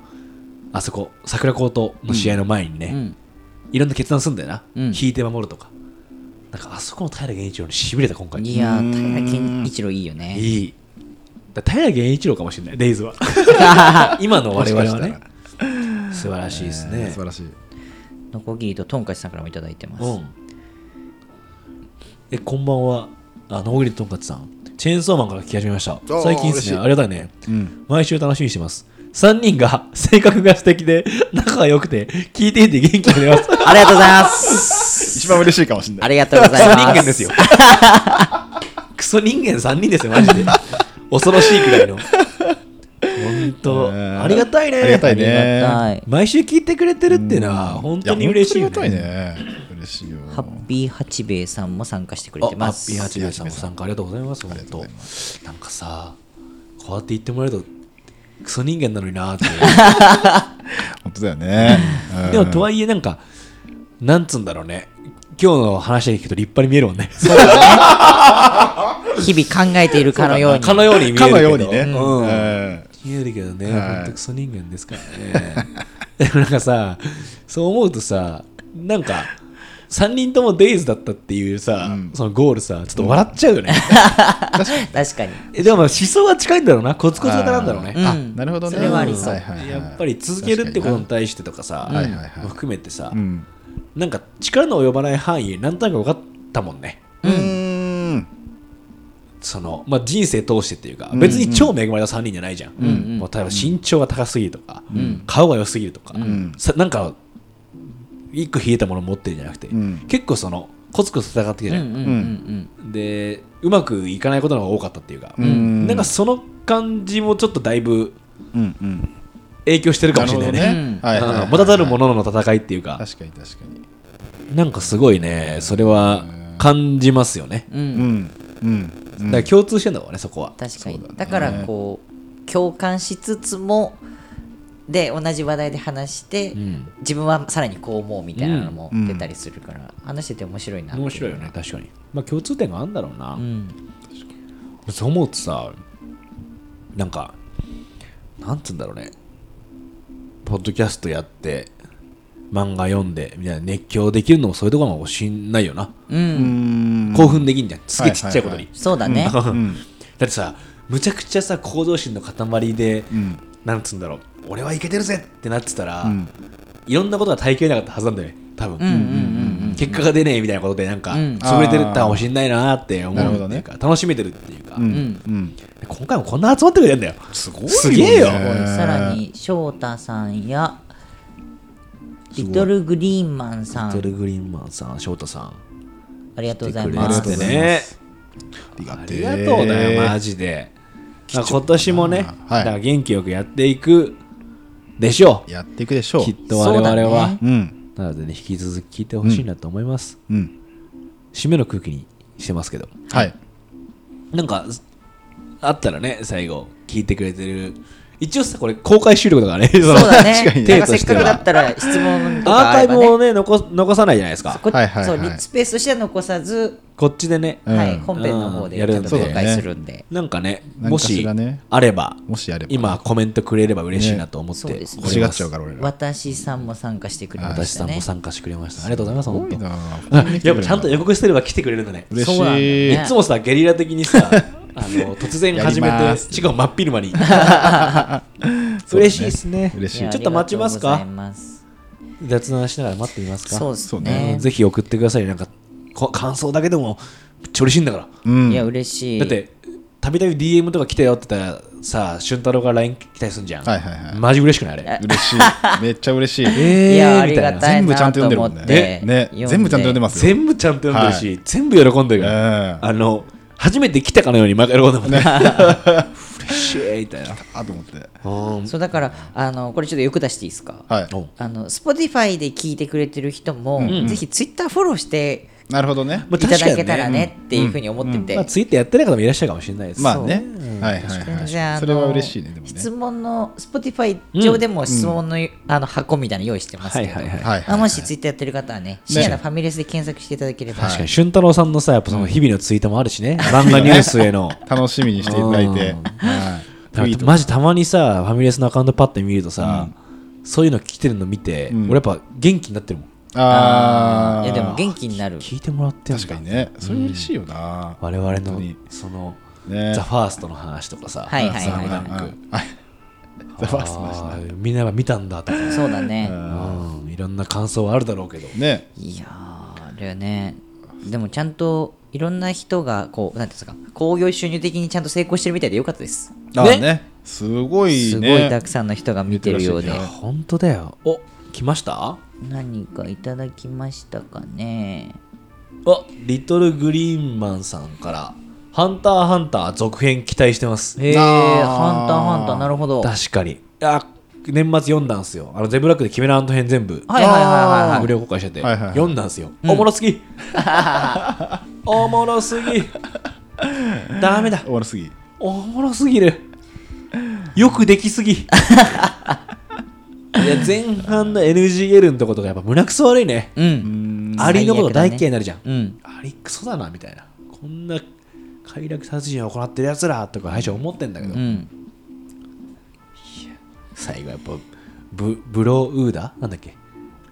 Speaker 3: あそこ桜高等の試合の前にね、
Speaker 1: うん
Speaker 3: いろんな決断するんだよな、
Speaker 1: うん
Speaker 3: 引いて守るとかなんかあそこの平源一郎にしびれた今回
Speaker 1: いや
Speaker 2: う
Speaker 1: ー
Speaker 2: ん
Speaker 1: 平健一郎いいよね
Speaker 3: いいだ平源一郎かもしれないデイズは今の我々は
Speaker 2: もし
Speaker 3: ね
Speaker 2: か
Speaker 3: 素晴らしいです
Speaker 2: えー
Speaker 3: ね
Speaker 2: 素晴らしい。
Speaker 1: ノコギリとトンカチさんからもいただいてます、
Speaker 3: うんえこんばんはあの小栗とんかつさんチェーンソーマンから聞き始めました
Speaker 2: ー
Speaker 3: 最近で
Speaker 2: 嬉
Speaker 3: す
Speaker 2: しい
Speaker 3: ねありがたいね
Speaker 2: うん。
Speaker 3: 毎週楽しみにしてます3人が性格が素敵で仲が良くて聞いていて元気になります
Speaker 1: ありがとうございます
Speaker 2: 一番嬉しいかもしれな
Speaker 1: あ
Speaker 2: い。
Speaker 1: りがとうござい ます
Speaker 3: 人間ですよクソ人間3人ですよマジで恐ろしいくらいの本当
Speaker 2: ね
Speaker 3: ありがたいね
Speaker 2: ありがたいね。
Speaker 1: はい
Speaker 3: 毎週聞いてくれてるっていうのは本当に嬉しいよ
Speaker 2: や本当にありがたいね。嬉しいよ。
Speaker 1: ハッピー八兵衛さんも参加してく
Speaker 3: あ
Speaker 1: れ
Speaker 3: ハ
Speaker 1: てます
Speaker 3: ッピーハチさんも参加ありがとうございます本当なんかさこうやって言ってもらえるとクソ人間なのになーって
Speaker 2: 本当だよね。うん
Speaker 3: でもとはいえなんかなんつうんだろうね今日の話で聞くと立派に見えるもんね
Speaker 1: 日々考えているかのよう に
Speaker 3: かのように見えるけど
Speaker 2: かのようにね。
Speaker 3: うん
Speaker 2: うん
Speaker 3: 見えるけどね、
Speaker 2: はい
Speaker 3: ほんとクソ人間 ですからね。でもなんかさ、そう思うとさ、なんか、 3人ともデイズだったっていうさ、
Speaker 2: うん
Speaker 3: そのゴールさちょっと笑っちゃうよね、
Speaker 1: 確かに
Speaker 3: えでもまあ思想は近いんだろうなコツコツ型なんだろうね
Speaker 1: うん
Speaker 2: あなるほどね
Speaker 1: それはありそう
Speaker 2: はいはいはい
Speaker 3: やっぱり続けるってことに対してとかさ、
Speaker 2: 確かになはいはいはい
Speaker 3: も含めてさ、
Speaker 2: うん
Speaker 3: なんか力の及ばない範囲なんとなく分かったもんね
Speaker 2: うーん
Speaker 3: その、まあ、人生通してっていうか、
Speaker 2: ん
Speaker 3: 別に超恵まれた3人じゃないじゃん、
Speaker 1: ん
Speaker 3: もう例えば身長が高すぎるとか、顔が良すぎるとか、
Speaker 2: ん
Speaker 3: さなんか一個冷えたもの持ってるんじゃなくて、
Speaker 2: うん
Speaker 3: 結構そのコツコツ戦ってきた
Speaker 1: うん
Speaker 3: じゃ、
Speaker 1: うんんうん
Speaker 3: でうまくいかないことの方が多かったっていうか、
Speaker 2: うん
Speaker 3: なんかその感じもちょっとだいぶ
Speaker 2: うんうん
Speaker 3: 影響してるかもしれないね
Speaker 2: なるほど
Speaker 1: うん
Speaker 2: はいはいはい
Speaker 3: うん持たざる者の戦いっていうか、
Speaker 2: 確かに確かに
Speaker 3: なんかすごいね、それは感じますよね。
Speaker 1: うんうん
Speaker 2: うんうんうん
Speaker 3: だから共通してんだろうね、そこは。
Speaker 1: 確かに
Speaker 2: そう
Speaker 1: だ,、
Speaker 2: だね
Speaker 1: からこう共感しつつもで同じ話題で話して、
Speaker 3: うん
Speaker 1: 自分はさらにこう思うみたいなのも出たりするから、話してて面白いなってう
Speaker 3: 面白いよね、確かに。まあ共通点があるんだろうな
Speaker 1: う。ん
Speaker 3: そう思うとさ、なんか、なんつうんだろうね、ポッドキャストやって、漫画読んで、みたいな熱狂できるのもそういうところもしんないよな。
Speaker 1: うん、
Speaker 2: うん
Speaker 3: 興奮できんじゃん、すげえちっちゃいこと
Speaker 2: はいはいは
Speaker 3: に
Speaker 2: い。
Speaker 1: そうだね、
Speaker 2: うん
Speaker 3: だってさむちゃくちゃさ向上心の塊で、なんつうんだろう俺はいけてるぜってなってたら、
Speaker 2: ん
Speaker 3: いろんなことが耐えきれなかったはずなんだよね多分、結果が出ねえみたいなことでなんか、
Speaker 1: うん
Speaker 3: 潰れてるったかもしんないなーって思うっていう
Speaker 2: なる
Speaker 3: か、楽しめてるっていうか、
Speaker 2: うん
Speaker 1: ん
Speaker 2: うん
Speaker 3: 今回もこんな集まってくれるんだよ
Speaker 2: すごいよね
Speaker 3: すげえよ
Speaker 1: すごい
Speaker 2: へー
Speaker 1: さらに翔太さんやリトルグリーンマンさ
Speaker 3: ト
Speaker 1: ん
Speaker 3: ルグリーンマンさん翔太さん
Speaker 1: ありがとうござい
Speaker 3: 来てく
Speaker 1: ま
Speaker 3: れ
Speaker 2: ありがと
Speaker 3: て
Speaker 2: うご
Speaker 1: す
Speaker 2: ざいま
Speaker 3: ね
Speaker 2: すあ
Speaker 3: ありがとうだよマジでまあ今年もね、
Speaker 2: は
Speaker 3: だ
Speaker 2: い
Speaker 3: から元気よくやっていくでしょ
Speaker 2: やっていくでしょう
Speaker 3: うきっと我々
Speaker 1: そうだ
Speaker 3: は、
Speaker 1: ね
Speaker 2: うん
Speaker 3: なのでね引き続き聞いてほしいなと思います、
Speaker 2: うん
Speaker 3: 締めの空気にしてますけど
Speaker 2: はい
Speaker 3: なんかあったらね最後聞いてくれてる一応さこれ公開収録だからね
Speaker 1: そうだね
Speaker 2: 確かに
Speaker 1: な
Speaker 3: 手
Speaker 1: んか
Speaker 3: と
Speaker 1: せっ
Speaker 3: して
Speaker 1: かくだっ
Speaker 3: は
Speaker 1: たら質問とか
Speaker 3: アー
Speaker 1: あ
Speaker 3: カ
Speaker 1: れ
Speaker 3: イ
Speaker 1: ば
Speaker 3: ブ
Speaker 1: ね
Speaker 3: をね残残さないじゃないですか
Speaker 1: こ
Speaker 2: はいはいはい
Speaker 1: そうスペースとしては残さず、
Speaker 3: こっちでね、
Speaker 2: うん
Speaker 1: はい、本編の方でちゃんと
Speaker 3: うん
Speaker 1: 紹介するんで、
Speaker 3: なんかね
Speaker 2: 何
Speaker 3: も
Speaker 2: かし
Speaker 3: し
Speaker 2: らね
Speaker 3: あれば
Speaker 2: もしやれば
Speaker 3: 今コメントくれれば嬉しいなと思って、
Speaker 1: ねそうですね
Speaker 2: 欲しがっちゃうから俺ら
Speaker 1: 私さんも参加してくれまし
Speaker 3: 私
Speaker 1: た
Speaker 3: さん
Speaker 1: ね
Speaker 3: も参加してくれましたありがとうございます
Speaker 2: すご
Speaker 3: 本
Speaker 2: い
Speaker 3: 当
Speaker 2: な
Speaker 3: やっぱちゃんと予告してれば来てくれるんだね
Speaker 2: 嬉
Speaker 1: そうなんだ
Speaker 2: し
Speaker 1: よ
Speaker 2: い
Speaker 1: ね
Speaker 3: いつもさゲリラ的にさあの突然始め
Speaker 2: やりま
Speaker 3: て
Speaker 2: すって
Speaker 3: しかも真っ昼間に
Speaker 2: そうだね
Speaker 3: 嬉しいですね
Speaker 2: 嬉し
Speaker 1: や
Speaker 2: い
Speaker 3: ちょっと待ちますか
Speaker 1: ありがとうございます
Speaker 3: 雑談しながら待ってみますか
Speaker 1: そうです
Speaker 3: あの
Speaker 1: ね
Speaker 3: ぜひ送ってくださいなんかこ感想だけでもめっちゃ嬉しいんだから、
Speaker 2: うん
Speaker 1: いや嬉しい
Speaker 3: だってたびたび DM とか来たよって言ったらさ俊太郎が LINE 来たりするじゃん、
Speaker 2: はいはいはい
Speaker 3: マジ嬉しくないあれ
Speaker 2: 嬉しいめっちゃ嬉しい
Speaker 3: えー
Speaker 1: いやあり
Speaker 3: みたい
Speaker 1: が
Speaker 3: な
Speaker 1: たい
Speaker 2: 全部ちゃ
Speaker 1: なん
Speaker 2: と
Speaker 1: と
Speaker 2: 読んでる
Speaker 1: 思
Speaker 2: も
Speaker 1: っ
Speaker 2: んね
Speaker 1: て
Speaker 2: ね
Speaker 1: 読んで
Speaker 2: 全部ちゃんと読んでますよ
Speaker 3: 全部ちゃんと読んでるし、全部喜んでるから、
Speaker 2: うん
Speaker 3: あの初めて来たかのように毎回喜んでもんね 嬉しいみたいな
Speaker 2: あと思って
Speaker 3: うん
Speaker 1: そうだからあのこれちょっとよく出していいですか
Speaker 2: はい
Speaker 3: お
Speaker 1: あの Spotify で聞いてくれてる人も、ぜひ Twitter フォローして
Speaker 2: なるほどね
Speaker 1: いただけたらねっていうふうに思ってて、
Speaker 3: まあ、ツイッターやってない方もいらっしゃるかもしれないです。
Speaker 2: まあねはいはい
Speaker 1: 確か
Speaker 2: は
Speaker 1: にじゃあ
Speaker 2: い
Speaker 1: あの
Speaker 2: それは嬉しいねでもね
Speaker 1: 質問の Spotify 上でも質問の,、あの箱みたいなの用意してます
Speaker 3: は
Speaker 1: け
Speaker 3: い
Speaker 1: ど、
Speaker 3: はいはい。
Speaker 2: はい
Speaker 1: あもしツイッターやってる方はね、深夜のファミレスで検索していただければ、
Speaker 3: 確かに、俊太郎さんのさ、やっぱその日々のツイートもあるしね、漫画ニュースへ の。
Speaker 2: 楽しみにしていただいて
Speaker 3: うん
Speaker 2: はい
Speaker 3: だ
Speaker 2: い
Speaker 3: か
Speaker 2: い
Speaker 3: ら
Speaker 2: と
Speaker 3: マジたまにさ、ファミレスのアカウントパッて見るとさ、そういうの来てるの見て、
Speaker 2: ん
Speaker 3: 俺やっぱ元気になってるもん。
Speaker 2: ああ
Speaker 1: いやでも元気になる。
Speaker 3: 聞いてもらってるんだ
Speaker 2: 確かに。ねそれ嬉しいよな
Speaker 3: 我々の
Speaker 2: 本当に、
Speaker 3: その、
Speaker 2: ね
Speaker 3: ザ・ファーストの話とかさ、
Speaker 1: はいはい
Speaker 3: ザ
Speaker 1: はい
Speaker 3: ブラ
Speaker 1: は
Speaker 3: ン
Speaker 1: い
Speaker 3: ク
Speaker 2: あザファーストの話
Speaker 3: あーみんなが見たんだとか、
Speaker 1: そうだね。
Speaker 3: うんいろんな感想はあるだろうけど。
Speaker 2: ね
Speaker 1: いやー、あれはね、でもちゃんといろんな人が、こう、なんていうんですか、興行収入的にちゃんと成功してるみたいでよかったです。
Speaker 2: あーねすごいね
Speaker 1: すごいたくさんの人が見てるようで
Speaker 2: 見て。らしいね
Speaker 3: 本当だよ。お来ました
Speaker 1: 何かいただきましたかね。
Speaker 3: あリトルグリーンマンさんから「ハンターハンター」続編期待してます
Speaker 1: えー、ハンターハンター、なるほど。はい
Speaker 3: 確かにあ年末読んだんすよあのゼブラックでキメラアント編全部
Speaker 1: はいはいはいはい。
Speaker 3: 無料公開してて、
Speaker 2: はいはいはい
Speaker 3: 読んだんすよ、おもろす ぎおもろすぎダメだ
Speaker 2: 終わりすぎ
Speaker 3: おもろすぎるよくできすぎ いや前半の NGL のとことかやっぱ胸くそ悪いね
Speaker 1: うん。
Speaker 3: アリのこと大嫌いにな
Speaker 1: る。
Speaker 3: るじゃん
Speaker 1: うん。
Speaker 3: あれクソだなみたいなこんな快楽殺人を行ってるやつらとか最初思ってんだけど、
Speaker 1: うん。
Speaker 3: 最後やっぱブブロウーダなんだっけ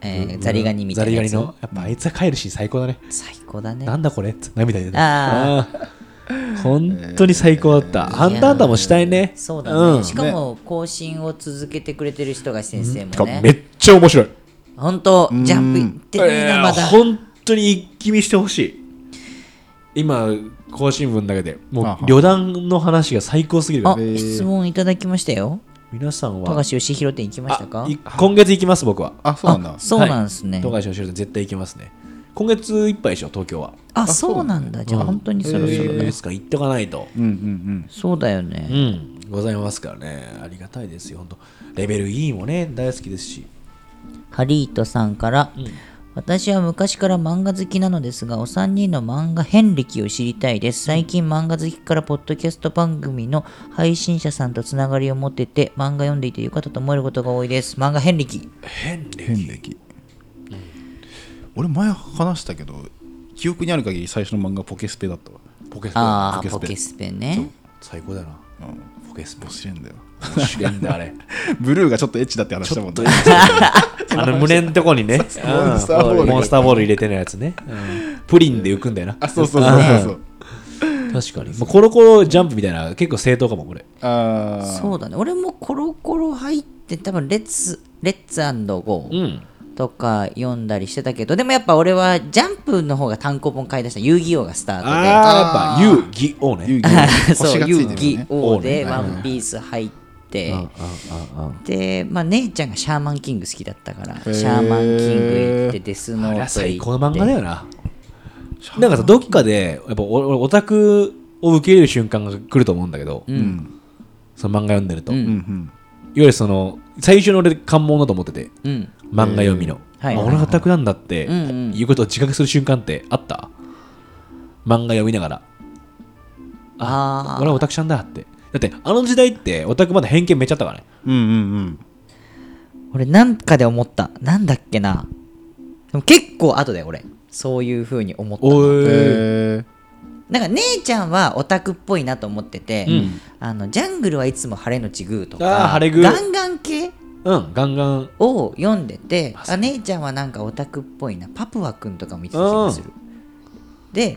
Speaker 1: えーザリガニみたいな
Speaker 3: ザ
Speaker 1: や
Speaker 3: リガ
Speaker 1: つ
Speaker 3: ニのやっぱあいつが帰るシーン最高だね
Speaker 1: 最高だね
Speaker 3: なんだこれって涙出て
Speaker 1: あ
Speaker 3: あー本当に最高だった、アンダーダもしたいね
Speaker 1: そうだね、
Speaker 3: ん
Speaker 1: しかも更新を続けてくれてる人が先生
Speaker 2: てか
Speaker 1: も
Speaker 2: め
Speaker 1: ね
Speaker 2: っちゃ面白い
Speaker 1: 本当ジャンプいってる
Speaker 3: え
Speaker 1: な
Speaker 3: ー
Speaker 1: まだ
Speaker 3: 本当に一気見してほしい今更新聞だけで
Speaker 2: あ
Speaker 3: も
Speaker 2: は
Speaker 3: う旅団の話が最高すぎるから
Speaker 1: あ
Speaker 3: ね
Speaker 1: 質問いただきましたよ
Speaker 3: 皆さん
Speaker 1: 富
Speaker 3: は
Speaker 1: 樫義弘店行きましたか
Speaker 3: あい今月行きます僕は
Speaker 2: あそうなんだ
Speaker 1: あそうなんですね、
Speaker 3: 富樫の城店絶対行きますね今月いっぱいでしょ東京は
Speaker 1: あそうなんだじゃあ本当にそろそろ
Speaker 3: そう
Speaker 1: ね、
Speaker 3: ですか行っとかないと
Speaker 2: うんうんうん
Speaker 1: そうだよ
Speaker 3: う
Speaker 1: ね、
Speaker 3: んございますからねありがたいですよ本当レベル E もね大好きですし
Speaker 1: ハリートさんから、
Speaker 3: ん
Speaker 1: 私は昔から漫画好きなのですがお三人の漫画遍歴を知りたいです最近漫画好きからポッドキャスト番組の配信者さんとつながりを持てて漫画読んでいてよかったと思えることが多いです漫画遍歴
Speaker 3: 変で
Speaker 2: 遍歴俺前話したけど記憶にある限り最初の漫画ポケスペだったわ
Speaker 3: ポケスペ
Speaker 1: ああ
Speaker 2: ポ
Speaker 1: ポ
Speaker 2: ケ
Speaker 1: ケ
Speaker 2: ス
Speaker 1: スペね
Speaker 3: 最高だな
Speaker 2: うん
Speaker 3: ポケスペ
Speaker 2: 面白いんだよ
Speaker 3: 面白いんだあれ
Speaker 2: ブルーがちょっとエッチだって話したもんね
Speaker 3: あの胸のとこにね
Speaker 2: うモンスターボール
Speaker 3: うんモンスターボール入れてるやつね、うんプリンで浮くんだよな
Speaker 2: あそうそうそうそうそう
Speaker 3: 確かにもうコロコロジャンプみたいな結構正当かもこれ
Speaker 2: ああ
Speaker 1: そうだね俺もコロコロ入って多分レッツレッツゴ
Speaker 3: う
Speaker 1: ー
Speaker 3: ん
Speaker 1: とか読んだりしてたけど、でもやっぱ俺はジャンプの方が単行本買い出した遊戯王がスタートで
Speaker 3: ああやっぱ遊戯王ね
Speaker 2: 遊戯 王
Speaker 1: そ
Speaker 2: 星が
Speaker 1: う、
Speaker 2: ついてる
Speaker 1: 遊
Speaker 2: よね
Speaker 1: 戯王で
Speaker 3: 王ね
Speaker 1: ワンピース入って、
Speaker 3: うんうんうんうん
Speaker 1: で、まあ、姉ちゃんがシャーマンキング好きだったから、シャーマンキング行って、デスノー
Speaker 3: あれ
Speaker 1: ト
Speaker 3: は
Speaker 1: 行って。
Speaker 3: 最高の漫画だよな。なんかさ、どっかで、やっぱ俺、俺オタクを受け入れる瞬間が来ると思うんだけど、
Speaker 2: うん
Speaker 3: その漫画読んでると。
Speaker 1: う
Speaker 3: いわ
Speaker 2: う
Speaker 1: ん、
Speaker 2: んうん
Speaker 3: ゆるその、最初の俺、関門だと思ってて、
Speaker 1: うん。
Speaker 3: 漫画読みの。
Speaker 1: へーはい
Speaker 3: あ
Speaker 1: はい
Speaker 3: 俺、オタクなんだって、
Speaker 1: うんうん
Speaker 3: いうことを自覚する瞬間ってあった漫画読みながら。
Speaker 1: あ
Speaker 3: 俺はオタクちゃんだって。だって、あの時代って、オタクまだ偏見めっちゃあったからね。
Speaker 2: うんうん
Speaker 1: あ、俺なんかで思った。なんだっけな。でも結構後だよ、俺。そういう風に思ったの
Speaker 3: お
Speaker 2: うん
Speaker 3: ー。
Speaker 2: えー
Speaker 1: なんか姉ちゃんはオタクっぽいなと思ってて、
Speaker 3: うん
Speaker 1: あのジャングルはいつも晴れのちぐーと
Speaker 3: あー
Speaker 1: か
Speaker 3: 晴れぐー
Speaker 1: ガンガン系
Speaker 3: うん、ガンガン。
Speaker 1: を読んでて
Speaker 3: あそ
Speaker 1: あ姉ちゃんはなんかオタクっぽいなパプワくんとかも見てた気がする、で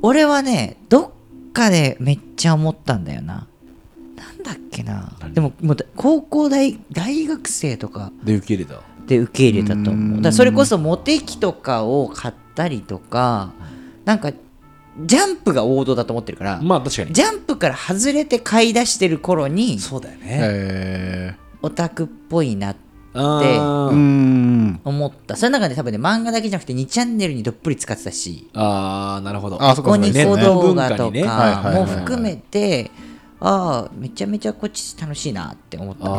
Speaker 1: 俺はねどっかでめっちゃ思ったんだよななんだっけなでももうだ高校大大学生とか
Speaker 3: で受け入れた。
Speaker 1: で受け入れたと
Speaker 2: うーん
Speaker 1: 思うだからそれこそモテ期とかを買ったりとかなんかジャンプが王道だと思ってるから
Speaker 3: まあ、確かに。
Speaker 1: ジャンプから外れて買い出してる頃に
Speaker 3: そうだよね。
Speaker 2: え
Speaker 1: オタクっぽいなって
Speaker 3: あー
Speaker 2: ーうーん
Speaker 1: 思ったその中で多分ね漫画だけじゃなくて2チャンネルにどっぷり使ってたし
Speaker 3: あー、なるほど。
Speaker 2: あそ
Speaker 1: こ
Speaker 2: こ
Speaker 1: こ
Speaker 2: に
Speaker 1: に
Speaker 2: ね
Speaker 1: 小動画と
Speaker 3: ね
Speaker 1: か
Speaker 2: はいはいはい
Speaker 1: も
Speaker 2: はい
Speaker 1: 含めてああめちゃめちゃこっち楽しいなって思ったあ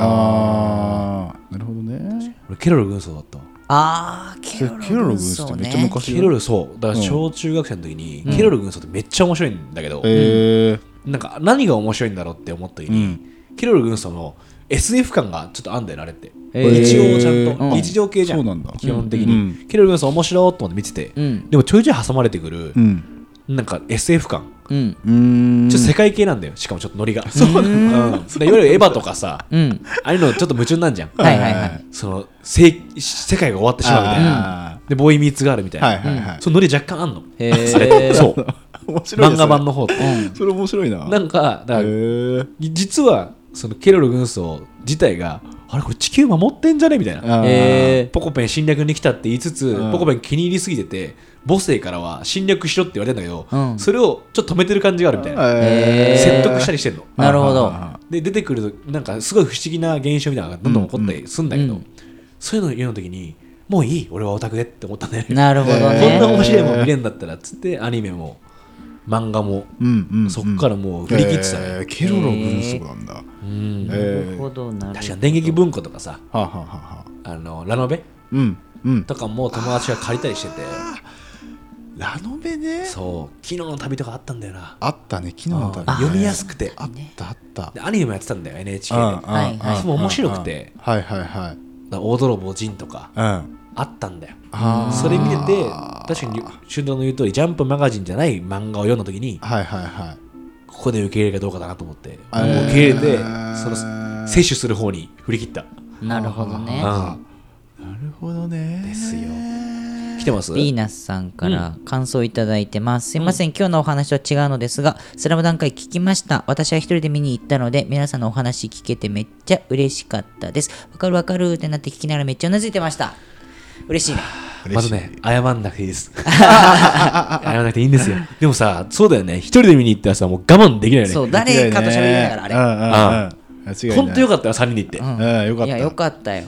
Speaker 2: ああなるほどね
Speaker 3: 俺ケロロ軍曹だったわ
Speaker 1: あーケロ
Speaker 2: ケロ
Speaker 1: ロ
Speaker 2: ロ軍
Speaker 1: 軍
Speaker 2: 曹っ
Speaker 1: 曹
Speaker 2: てめっ
Speaker 1: ね
Speaker 2: ちゃ昔
Speaker 3: ケロロそうだから小中学生の時に、ケロロ軍曹ってめっちゃ面白いんだけど、
Speaker 2: えー
Speaker 3: なんか何が面白いんだろうって思った時
Speaker 2: う
Speaker 3: に、
Speaker 2: ん
Speaker 3: ケロロ軍曹の SF 感がちょっとあんだよなあれって、
Speaker 1: へー
Speaker 3: 一応ちゃんと、
Speaker 1: うん
Speaker 3: 日常系じゃん
Speaker 2: そうなんだ
Speaker 3: 基本的に、
Speaker 2: うん
Speaker 3: ケロロ軍曹面白いと思って見てて、
Speaker 1: うん
Speaker 3: でもちょいちょい挟まれてくる
Speaker 2: う、ん
Speaker 3: なんか SF 感
Speaker 1: うん
Speaker 2: うーん
Speaker 3: ちょっと世界系なんだよしかもちょっとノ リがそうなんだ、うん、でいわゆるエヴァとかさ
Speaker 1: うん
Speaker 3: ああいうのちょっと夢中になんじゃん、
Speaker 1: はいはいはい
Speaker 3: その世世界が終わってしまうみたいな
Speaker 2: あ
Speaker 3: でボーイミーツがあるみたい
Speaker 2: ー
Speaker 3: な、
Speaker 2: はいはいはい
Speaker 3: そのノリ若干あんの。
Speaker 1: へー
Speaker 3: あれ そう。
Speaker 2: 面白い
Speaker 3: 漫
Speaker 2: ですね
Speaker 3: 画版の方って。
Speaker 2: それ面白いな
Speaker 3: なんか、だ
Speaker 2: へ
Speaker 3: から
Speaker 2: ー
Speaker 3: 実は、そのケロロ軍曹自体が、あれこれ地球守ってんじゃねみたいな。
Speaker 2: あー
Speaker 1: え
Speaker 3: ポコペン侵略に来たって言いつつ
Speaker 2: ん、
Speaker 3: ポコペン気に入りすぎてて、母性からは侵略しろって言われてんだけ
Speaker 1: う
Speaker 3: ど、
Speaker 1: ん
Speaker 3: それをちょっと止めてる感じがあるみたいな。
Speaker 1: へ
Speaker 2: え
Speaker 1: ー
Speaker 3: 説得したりしてんの。
Speaker 1: ーなるほど
Speaker 3: で、出てくると、なんかすごい不思議な現象みたいなのがどんどん起こったりするんだけ
Speaker 1: うんう
Speaker 3: ど
Speaker 1: ん、
Speaker 3: そういうの言うの時に、もういい俺はオタクでって思ったんだよね。
Speaker 1: なるほど
Speaker 2: え
Speaker 3: こんな
Speaker 1: ね
Speaker 3: 面白いもん見れんだったらっつってアニメも漫画も
Speaker 2: うんうんうん
Speaker 3: そっからもう振り切ってたね、
Speaker 2: えーケロロ軍曹なんだ
Speaker 3: うん
Speaker 2: え
Speaker 1: なるほどなるほ
Speaker 3: 確か
Speaker 1: ど
Speaker 3: に電撃文庫とかさ
Speaker 2: はあはあはあはあ
Speaker 3: あのラノベ
Speaker 2: うんうん
Speaker 3: とかも友達が借りたりしてて
Speaker 2: ラノベね
Speaker 3: そう昨日の旅とかあったんだよな
Speaker 2: あったね昨日の旅
Speaker 3: 読みやすくて
Speaker 2: あったあった
Speaker 3: でアニメもやってたんだよ NHK で
Speaker 2: うん
Speaker 1: はいはい
Speaker 3: それも面白くて
Speaker 2: うんはいはいは
Speaker 3: だ
Speaker 2: い
Speaker 3: から大泥棒ジンとか
Speaker 2: うん
Speaker 3: あったんだよ
Speaker 2: あー
Speaker 3: それ見てて確かに俊太郎の言う通りジャンプマガジンじゃない漫画を読んだ時に
Speaker 2: はいはいはい
Speaker 3: ここで受け入れるかどうかだなと思って、
Speaker 2: あー
Speaker 3: もう受け入れてその摂取する方に振り切った
Speaker 1: なるほどね
Speaker 3: あ
Speaker 2: ほどね
Speaker 3: ですよ来てます
Speaker 1: ヴィーナスさんから感想いただいてます、すいません今日のお話は違うのですが「スラム段階聞きました私は一人で見に行ったので皆さんのお話聞けてめっちゃ嬉しかったですわかるわかるってなって聞きながらめっちゃうなずいてました嬉しいね
Speaker 3: まずね、謝んなくていい です。謝らなくていいんですよ。でもさ、そうだよね。一人で見に行ったらさ、もう我慢できないよね。
Speaker 1: そう誰かと喋りながらあれ
Speaker 2: れ間違いない
Speaker 3: 本当よかったよ、3人で行って。
Speaker 1: うん
Speaker 2: うんよかった
Speaker 1: いやよかったよ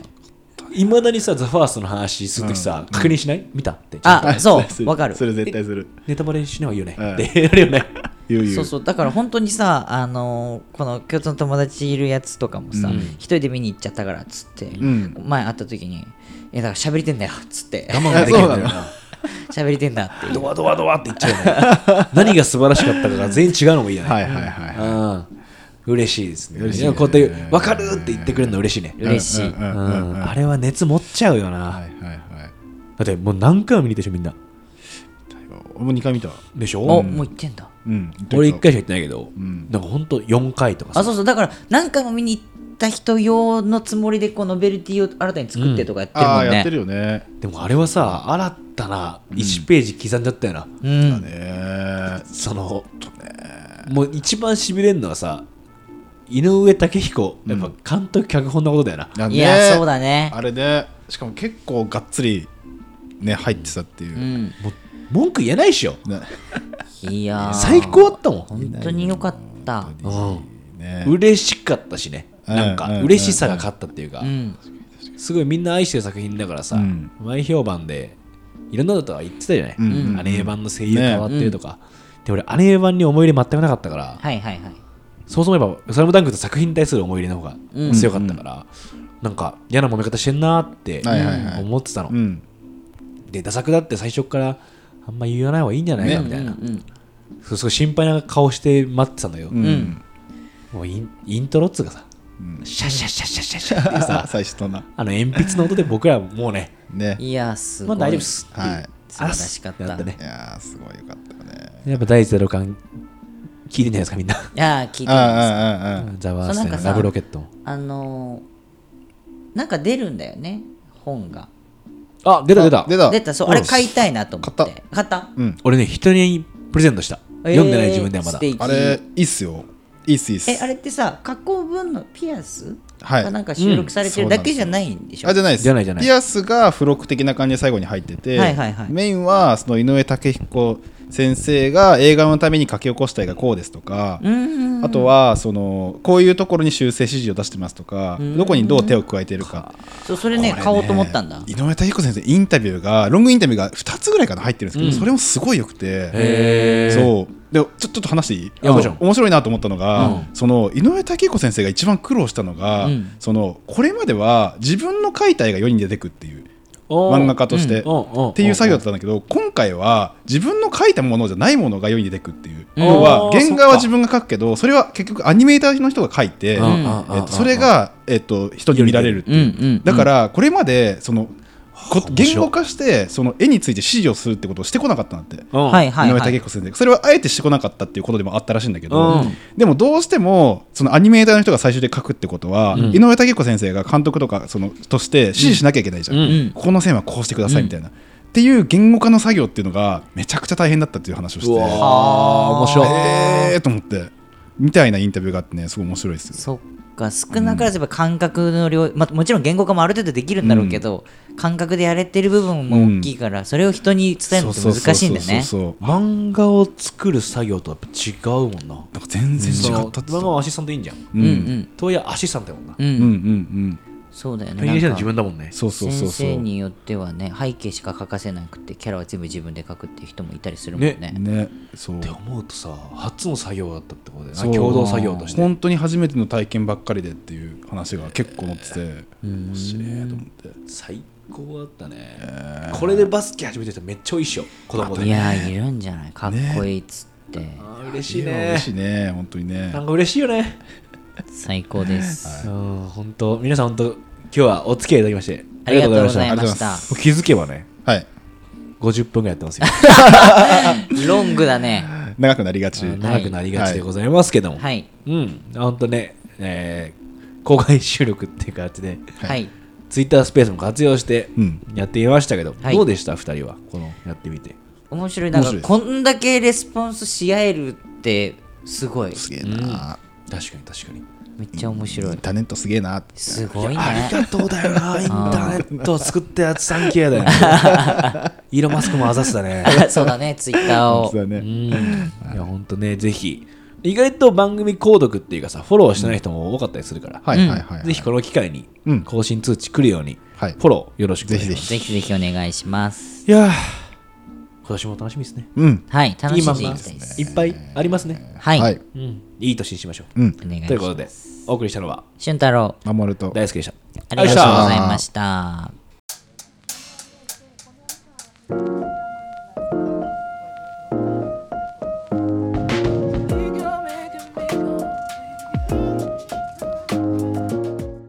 Speaker 3: いまだにさ、ザ・ファーストの話するときさ、確認しない見たって。
Speaker 1: あ そ
Speaker 2: す
Speaker 1: う
Speaker 2: る
Speaker 1: わかる
Speaker 2: する絶対する
Speaker 3: ネタバレしないよね。
Speaker 2: うん
Speaker 3: ってやるよね。
Speaker 2: 言う言う
Speaker 1: そうそうだから本当にさあのーこの共通の友達いるやつとかもさ、
Speaker 3: うん
Speaker 1: 一人で見に行っちゃったからっつって、
Speaker 2: ん
Speaker 1: 前会った時に「いやだから喋りてんだよ」っつって
Speaker 3: 我慢できないんだよ
Speaker 2: あ
Speaker 3: な。
Speaker 1: 「 喋りてんだ」っていう
Speaker 3: ドワドワドワって言っちゃ うよね。何が素晴らしかったかが全員違うのもいいよね。
Speaker 2: はいはいはいは
Speaker 3: うん。嬉しいですね。
Speaker 2: 嬉しいね
Speaker 3: いやこうやって、わかるって言ってくれるの嬉しいね。
Speaker 2: い
Speaker 1: 嬉しい、
Speaker 2: うんう
Speaker 3: うん
Speaker 2: うんうん
Speaker 3: ん。あれは熱持っちゃうよ
Speaker 2: は
Speaker 3: な。
Speaker 2: いはいはい
Speaker 3: だってもう何回も見に行ったでしょ、みんな。
Speaker 2: 俺も2回見たわ
Speaker 3: でしょ
Speaker 1: おもう行ってんだ
Speaker 2: うん
Speaker 3: 俺1回しか行ってないけど、
Speaker 2: ん
Speaker 3: なんかほんと4回とかさ
Speaker 1: あそうそうだから何回も見に行った人用のつもりでこうノベルティを新たに作ってとかやってる
Speaker 2: あ
Speaker 1: も
Speaker 2: あ
Speaker 1: ん
Speaker 2: やって
Speaker 1: ね
Speaker 2: るよね
Speaker 3: でもあれはさ新たな1ページ刻んじゃったよな、
Speaker 1: うん
Speaker 2: ねえ
Speaker 3: そのもう一番しびれんのはさ井上武彦やっぱ監督脚本のことだよな、
Speaker 2: なんで
Speaker 1: いやそうだね
Speaker 2: あれねしかも結構がっつりね入ってたっていうう、
Speaker 1: ん
Speaker 3: もう文句言えないでしょ
Speaker 2: ね
Speaker 1: いやー
Speaker 3: 最高だったもん、
Speaker 1: 本当によかった
Speaker 3: うん
Speaker 2: ね
Speaker 3: 嬉しかったしね
Speaker 2: うん
Speaker 3: なんか
Speaker 2: うん
Speaker 3: 嬉しさが勝ったっていうか、
Speaker 1: うん
Speaker 3: すごいみんな愛してる作品だからさ、
Speaker 2: うん
Speaker 3: 前評判でいろんなことは言ってたじゃない、
Speaker 2: うんうんうん
Speaker 3: アレー版の声優変わってるとか、で俺アレー版に思い入れ全くなかったから、
Speaker 1: はいはいはい
Speaker 3: そもそもやっぱ「スラムダンクと作品に対する思い入れの方が強かったから、なんか嫌な揉め方してんなーって
Speaker 2: はいはいはい
Speaker 3: 思ってたの、
Speaker 2: うん
Speaker 3: でダサくだって最初からあんま言わない方がいいんじゃないかみたいな、
Speaker 1: うんうん
Speaker 3: そうすごい心配な顔して待ってたのよ、
Speaker 2: うん、
Speaker 3: もうインイントロっつうかさ、シャシャシャシャシャシャっていう
Speaker 2: さ
Speaker 3: さ
Speaker 2: あ最初とな
Speaker 3: あの鉛筆の音で僕らも うね
Speaker 2: ね
Speaker 1: いやす
Speaker 3: ま
Speaker 1: ご
Speaker 3: あ
Speaker 1: い
Speaker 3: 大丈夫っすっていう
Speaker 2: はい
Speaker 1: 素晴らしかった
Speaker 3: あっすてな
Speaker 2: い
Speaker 3: ね
Speaker 2: やーすごいよかったよね
Speaker 3: やっぱ第ゼロ感聞いてんじゃないですかみんな
Speaker 1: いやー聞いてます
Speaker 2: ああああ
Speaker 3: ザワー
Speaker 1: そう
Speaker 3: ス
Speaker 1: なんか
Speaker 3: の
Speaker 1: さ
Speaker 3: ラブロケットも
Speaker 1: あのーなんか出るんだよね本が
Speaker 3: あ出た出た
Speaker 2: 出た
Speaker 1: 出たそうあれ買いたいなと思って
Speaker 2: 買っ
Speaker 1: 買った
Speaker 2: うん
Speaker 3: 俺ね人にプレゼントした、読んでない自分ではまだ
Speaker 1: えー素敵
Speaker 2: あれいいっすよいいっすいいっす
Speaker 1: えあれってさ加工分のピアス
Speaker 2: はい
Speaker 1: がなんか収録されてるだけじゃないんでしょ、
Speaker 2: あじゃないです
Speaker 3: じゃないじゃない
Speaker 2: ピアスが付録的な感じで最後に入ってて、
Speaker 1: はいはいはい
Speaker 2: メインはその井上武彦先生が映画のために書き起こした絵がこうですとか、
Speaker 1: うんうん
Speaker 2: あとはそのこういうところに修正指示を出してますとか、どこにどう手を加えてるか、
Speaker 1: そうそれね
Speaker 2: これね
Speaker 1: 買おうと思ったんだ
Speaker 2: 井上武彦先生インタビューがロングインタビューが2つぐらいかな入ってるんですけど、それもすごいよくて。
Speaker 3: へー
Speaker 2: そうでちょちょっと話していい
Speaker 3: やもちろん
Speaker 2: あの面白いなと思ったのが、
Speaker 3: うん
Speaker 2: その井上武彦先生が一番苦労したのが、
Speaker 1: うん
Speaker 2: そのこれまでは自分の描いた絵が世に出てくっていう漫画家とし
Speaker 3: っ
Speaker 2: て、っていう作業だったんだけど今回は自分の描いたものじゃないものが世に出てくっていう
Speaker 1: うん
Speaker 2: 要は
Speaker 3: あー
Speaker 2: 原画は自分が描くけどそれは結局アニメーターの人が描いて、
Speaker 1: ん
Speaker 2: えっと、それが、えっと、人に見られるって
Speaker 1: うんう、
Speaker 2: いうん
Speaker 1: うん、
Speaker 2: だからこれまでそのこ
Speaker 3: 面白い
Speaker 2: 言語化してその絵について指示をするってことをしてこなかったんだって。
Speaker 1: はいはい
Speaker 2: 井上
Speaker 1: は
Speaker 2: 武
Speaker 1: い
Speaker 2: 彦先生それはあえてしてこなかったっていうことでもあったらしいんだけ
Speaker 3: う
Speaker 2: ど、
Speaker 3: ん
Speaker 2: でもどうしてもそのアニメーターの人が最終で書くってことは、
Speaker 3: うん
Speaker 2: 井上武彦先生が監督とかそのとして指示しなきゃいけないじゃん、
Speaker 3: うん
Speaker 1: うん
Speaker 2: ここの線はこうしてくださいみたいな、っていう言語化の作業っていうのがめちゃくちゃ大変だったっていう話をして
Speaker 3: うわー面白い
Speaker 2: えーと思ってみたいなインタビューがあってねすごい面白いですよ
Speaker 1: そっか少なからずやっぱ感覚の量、まあ、もちろん言語化もある程度できるんだろうけど、感覚でやれてる部分も大きいから、それを人に伝えるのって難しいんだよね
Speaker 2: そうそうそうそう
Speaker 3: 漫画を作る作業とは違うもんな
Speaker 2: なんか全然
Speaker 3: そ
Speaker 2: 違
Speaker 3: の
Speaker 2: ったっつ
Speaker 3: 漫画はアシスタントいいんじゃん
Speaker 2: う
Speaker 1: うんうんん
Speaker 3: 東野アシスタントやもんな
Speaker 1: うん、
Speaker 2: うんうんうん
Speaker 1: そうだよ
Speaker 3: ペン入
Speaker 1: ね
Speaker 3: れした
Speaker 1: なん
Speaker 3: の自
Speaker 1: か
Speaker 3: 分だもんね
Speaker 2: そうそうそう
Speaker 1: 先
Speaker 2: そ
Speaker 1: 生
Speaker 2: う
Speaker 1: によってはね背景しか書かせなくてキャラは全部自分で書くっていう人もいたりするもんね
Speaker 2: ねそう
Speaker 3: って思うとさ初の作業だったってことだよな
Speaker 2: そう
Speaker 3: 共同作業として
Speaker 2: 本当に初めての体験ばっかりでっていう話が結構載ってて面白いと思って
Speaker 3: 最高だったねこれでバスケ始めてた人めっちゃ多いっしょ子供で
Speaker 1: いやーいるんじゃないかっこいいっつって、
Speaker 3: あー嬉しい
Speaker 2: いや嬉
Speaker 3: ね
Speaker 2: しいね本当にね
Speaker 3: なんか嬉しいよね
Speaker 1: 最高です、
Speaker 3: うん本当皆さん本当今日はお付き合いいただきまして
Speaker 1: ありがとうござ
Speaker 3: あり
Speaker 1: い
Speaker 3: が
Speaker 1: ま
Speaker 2: あ
Speaker 1: し
Speaker 2: りがとうござい
Speaker 1: た
Speaker 3: とうござ
Speaker 2: ま
Speaker 3: いましたもう気づけばね
Speaker 2: はい
Speaker 3: 50分ぐらいやってますよ
Speaker 1: ロングだね
Speaker 2: 長くなりが ち
Speaker 3: 長くなりがちでございますけども
Speaker 1: はい
Speaker 3: うん、ほんとね、えー公開収録っていう形で
Speaker 1: はい、
Speaker 3: ツイッタースペースも活用して
Speaker 2: うん
Speaker 3: やってみましたけど、
Speaker 1: はい
Speaker 3: どうでした2人はこのやってみて
Speaker 1: 面白いなんか
Speaker 2: 面白いです
Speaker 1: こんだけレスポンスし合えるってすごい
Speaker 2: すげえな、
Speaker 3: 確かに確かに
Speaker 1: めっちゃ面白
Speaker 2: イ
Speaker 1: い
Speaker 2: ンターネットすげえなって
Speaker 1: すごい
Speaker 3: あ
Speaker 1: ね
Speaker 3: りがとうだよなインターネットを作ったやつサンキュー だよイーロン・マスクもあざすだね
Speaker 1: そうだねツイッター
Speaker 2: 本
Speaker 1: を
Speaker 2: 当だ
Speaker 3: う
Speaker 2: ね
Speaker 3: んいやほんとねぜひ意外と番組購読っていうかさフォローしてない人も多かったりするから、
Speaker 2: はいはいはいはい、
Speaker 3: ぜひこの機会に
Speaker 2: うん
Speaker 3: 更新通知来るように、
Speaker 2: はい
Speaker 3: フォローよろしくお願いします
Speaker 2: ぜひ
Speaker 1: ぜひぜひお願いします
Speaker 3: いやー今年も楽しみですね
Speaker 2: うん
Speaker 1: はい楽しんでいきたい
Speaker 3: い
Speaker 1: です
Speaker 3: いっぱいありますね、
Speaker 1: はい、
Speaker 2: はい
Speaker 3: うん、いい年にしましょう、
Speaker 2: う
Speaker 1: お
Speaker 2: ん
Speaker 1: 願い
Speaker 3: と
Speaker 1: し
Speaker 3: いうこ
Speaker 1: ます
Speaker 3: とでお送りしたのは
Speaker 1: 俊太郎
Speaker 2: 守ると
Speaker 3: 大輔でした
Speaker 1: ありがとうございました